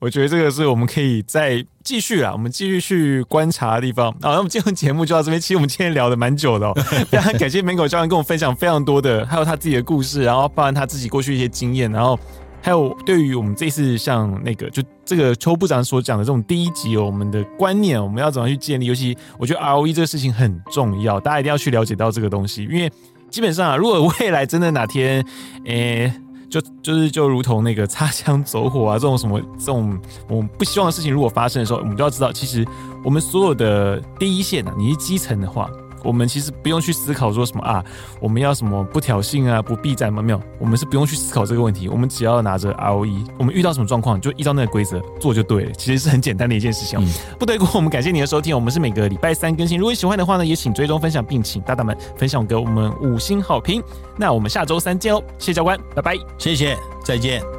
S3: 我觉得这个是我们可以再继续啊啦，我们继续去观察的地方。好，那我们今天节目就到这边。其实我们今天聊的蛮久的、哦，非常感谢门口教练跟我分享非常多的，还有他自己的故事，然后包含他自己过去一些经验，然后还有对于我们这次像那个就这个邱部长所讲的这种第一集、哦，我们的观念，我们要怎么样去建立？尤其我觉得 ROE 这个事情很重要，大家一定要去了解到这个东西，因为基本上啊，如果未来真的哪天，诶、就就是就如同那个擦枪走火啊，这种什么这种我们不希望的事情，如果发生的时候，我们就要知道，其实我们所有的第一线啊，你是基层的话，我们其实不用去思考说什么啊，我们要什么不挑衅啊，不避战吗？没有，我们是不用去思考这个问题，我们只要拿着 ROE，我们遇到什么状况就依照那个规则做就对了，其实是很简单的一件事情哦、不得过，我们感谢你的收听，我们是每个礼拜三更新，如果你喜欢的话呢，也请追踪分享，并请大大们分享给我们五星好评。那我们下周三见哦，谢谢教官，拜拜。
S2: 谢谢，再见。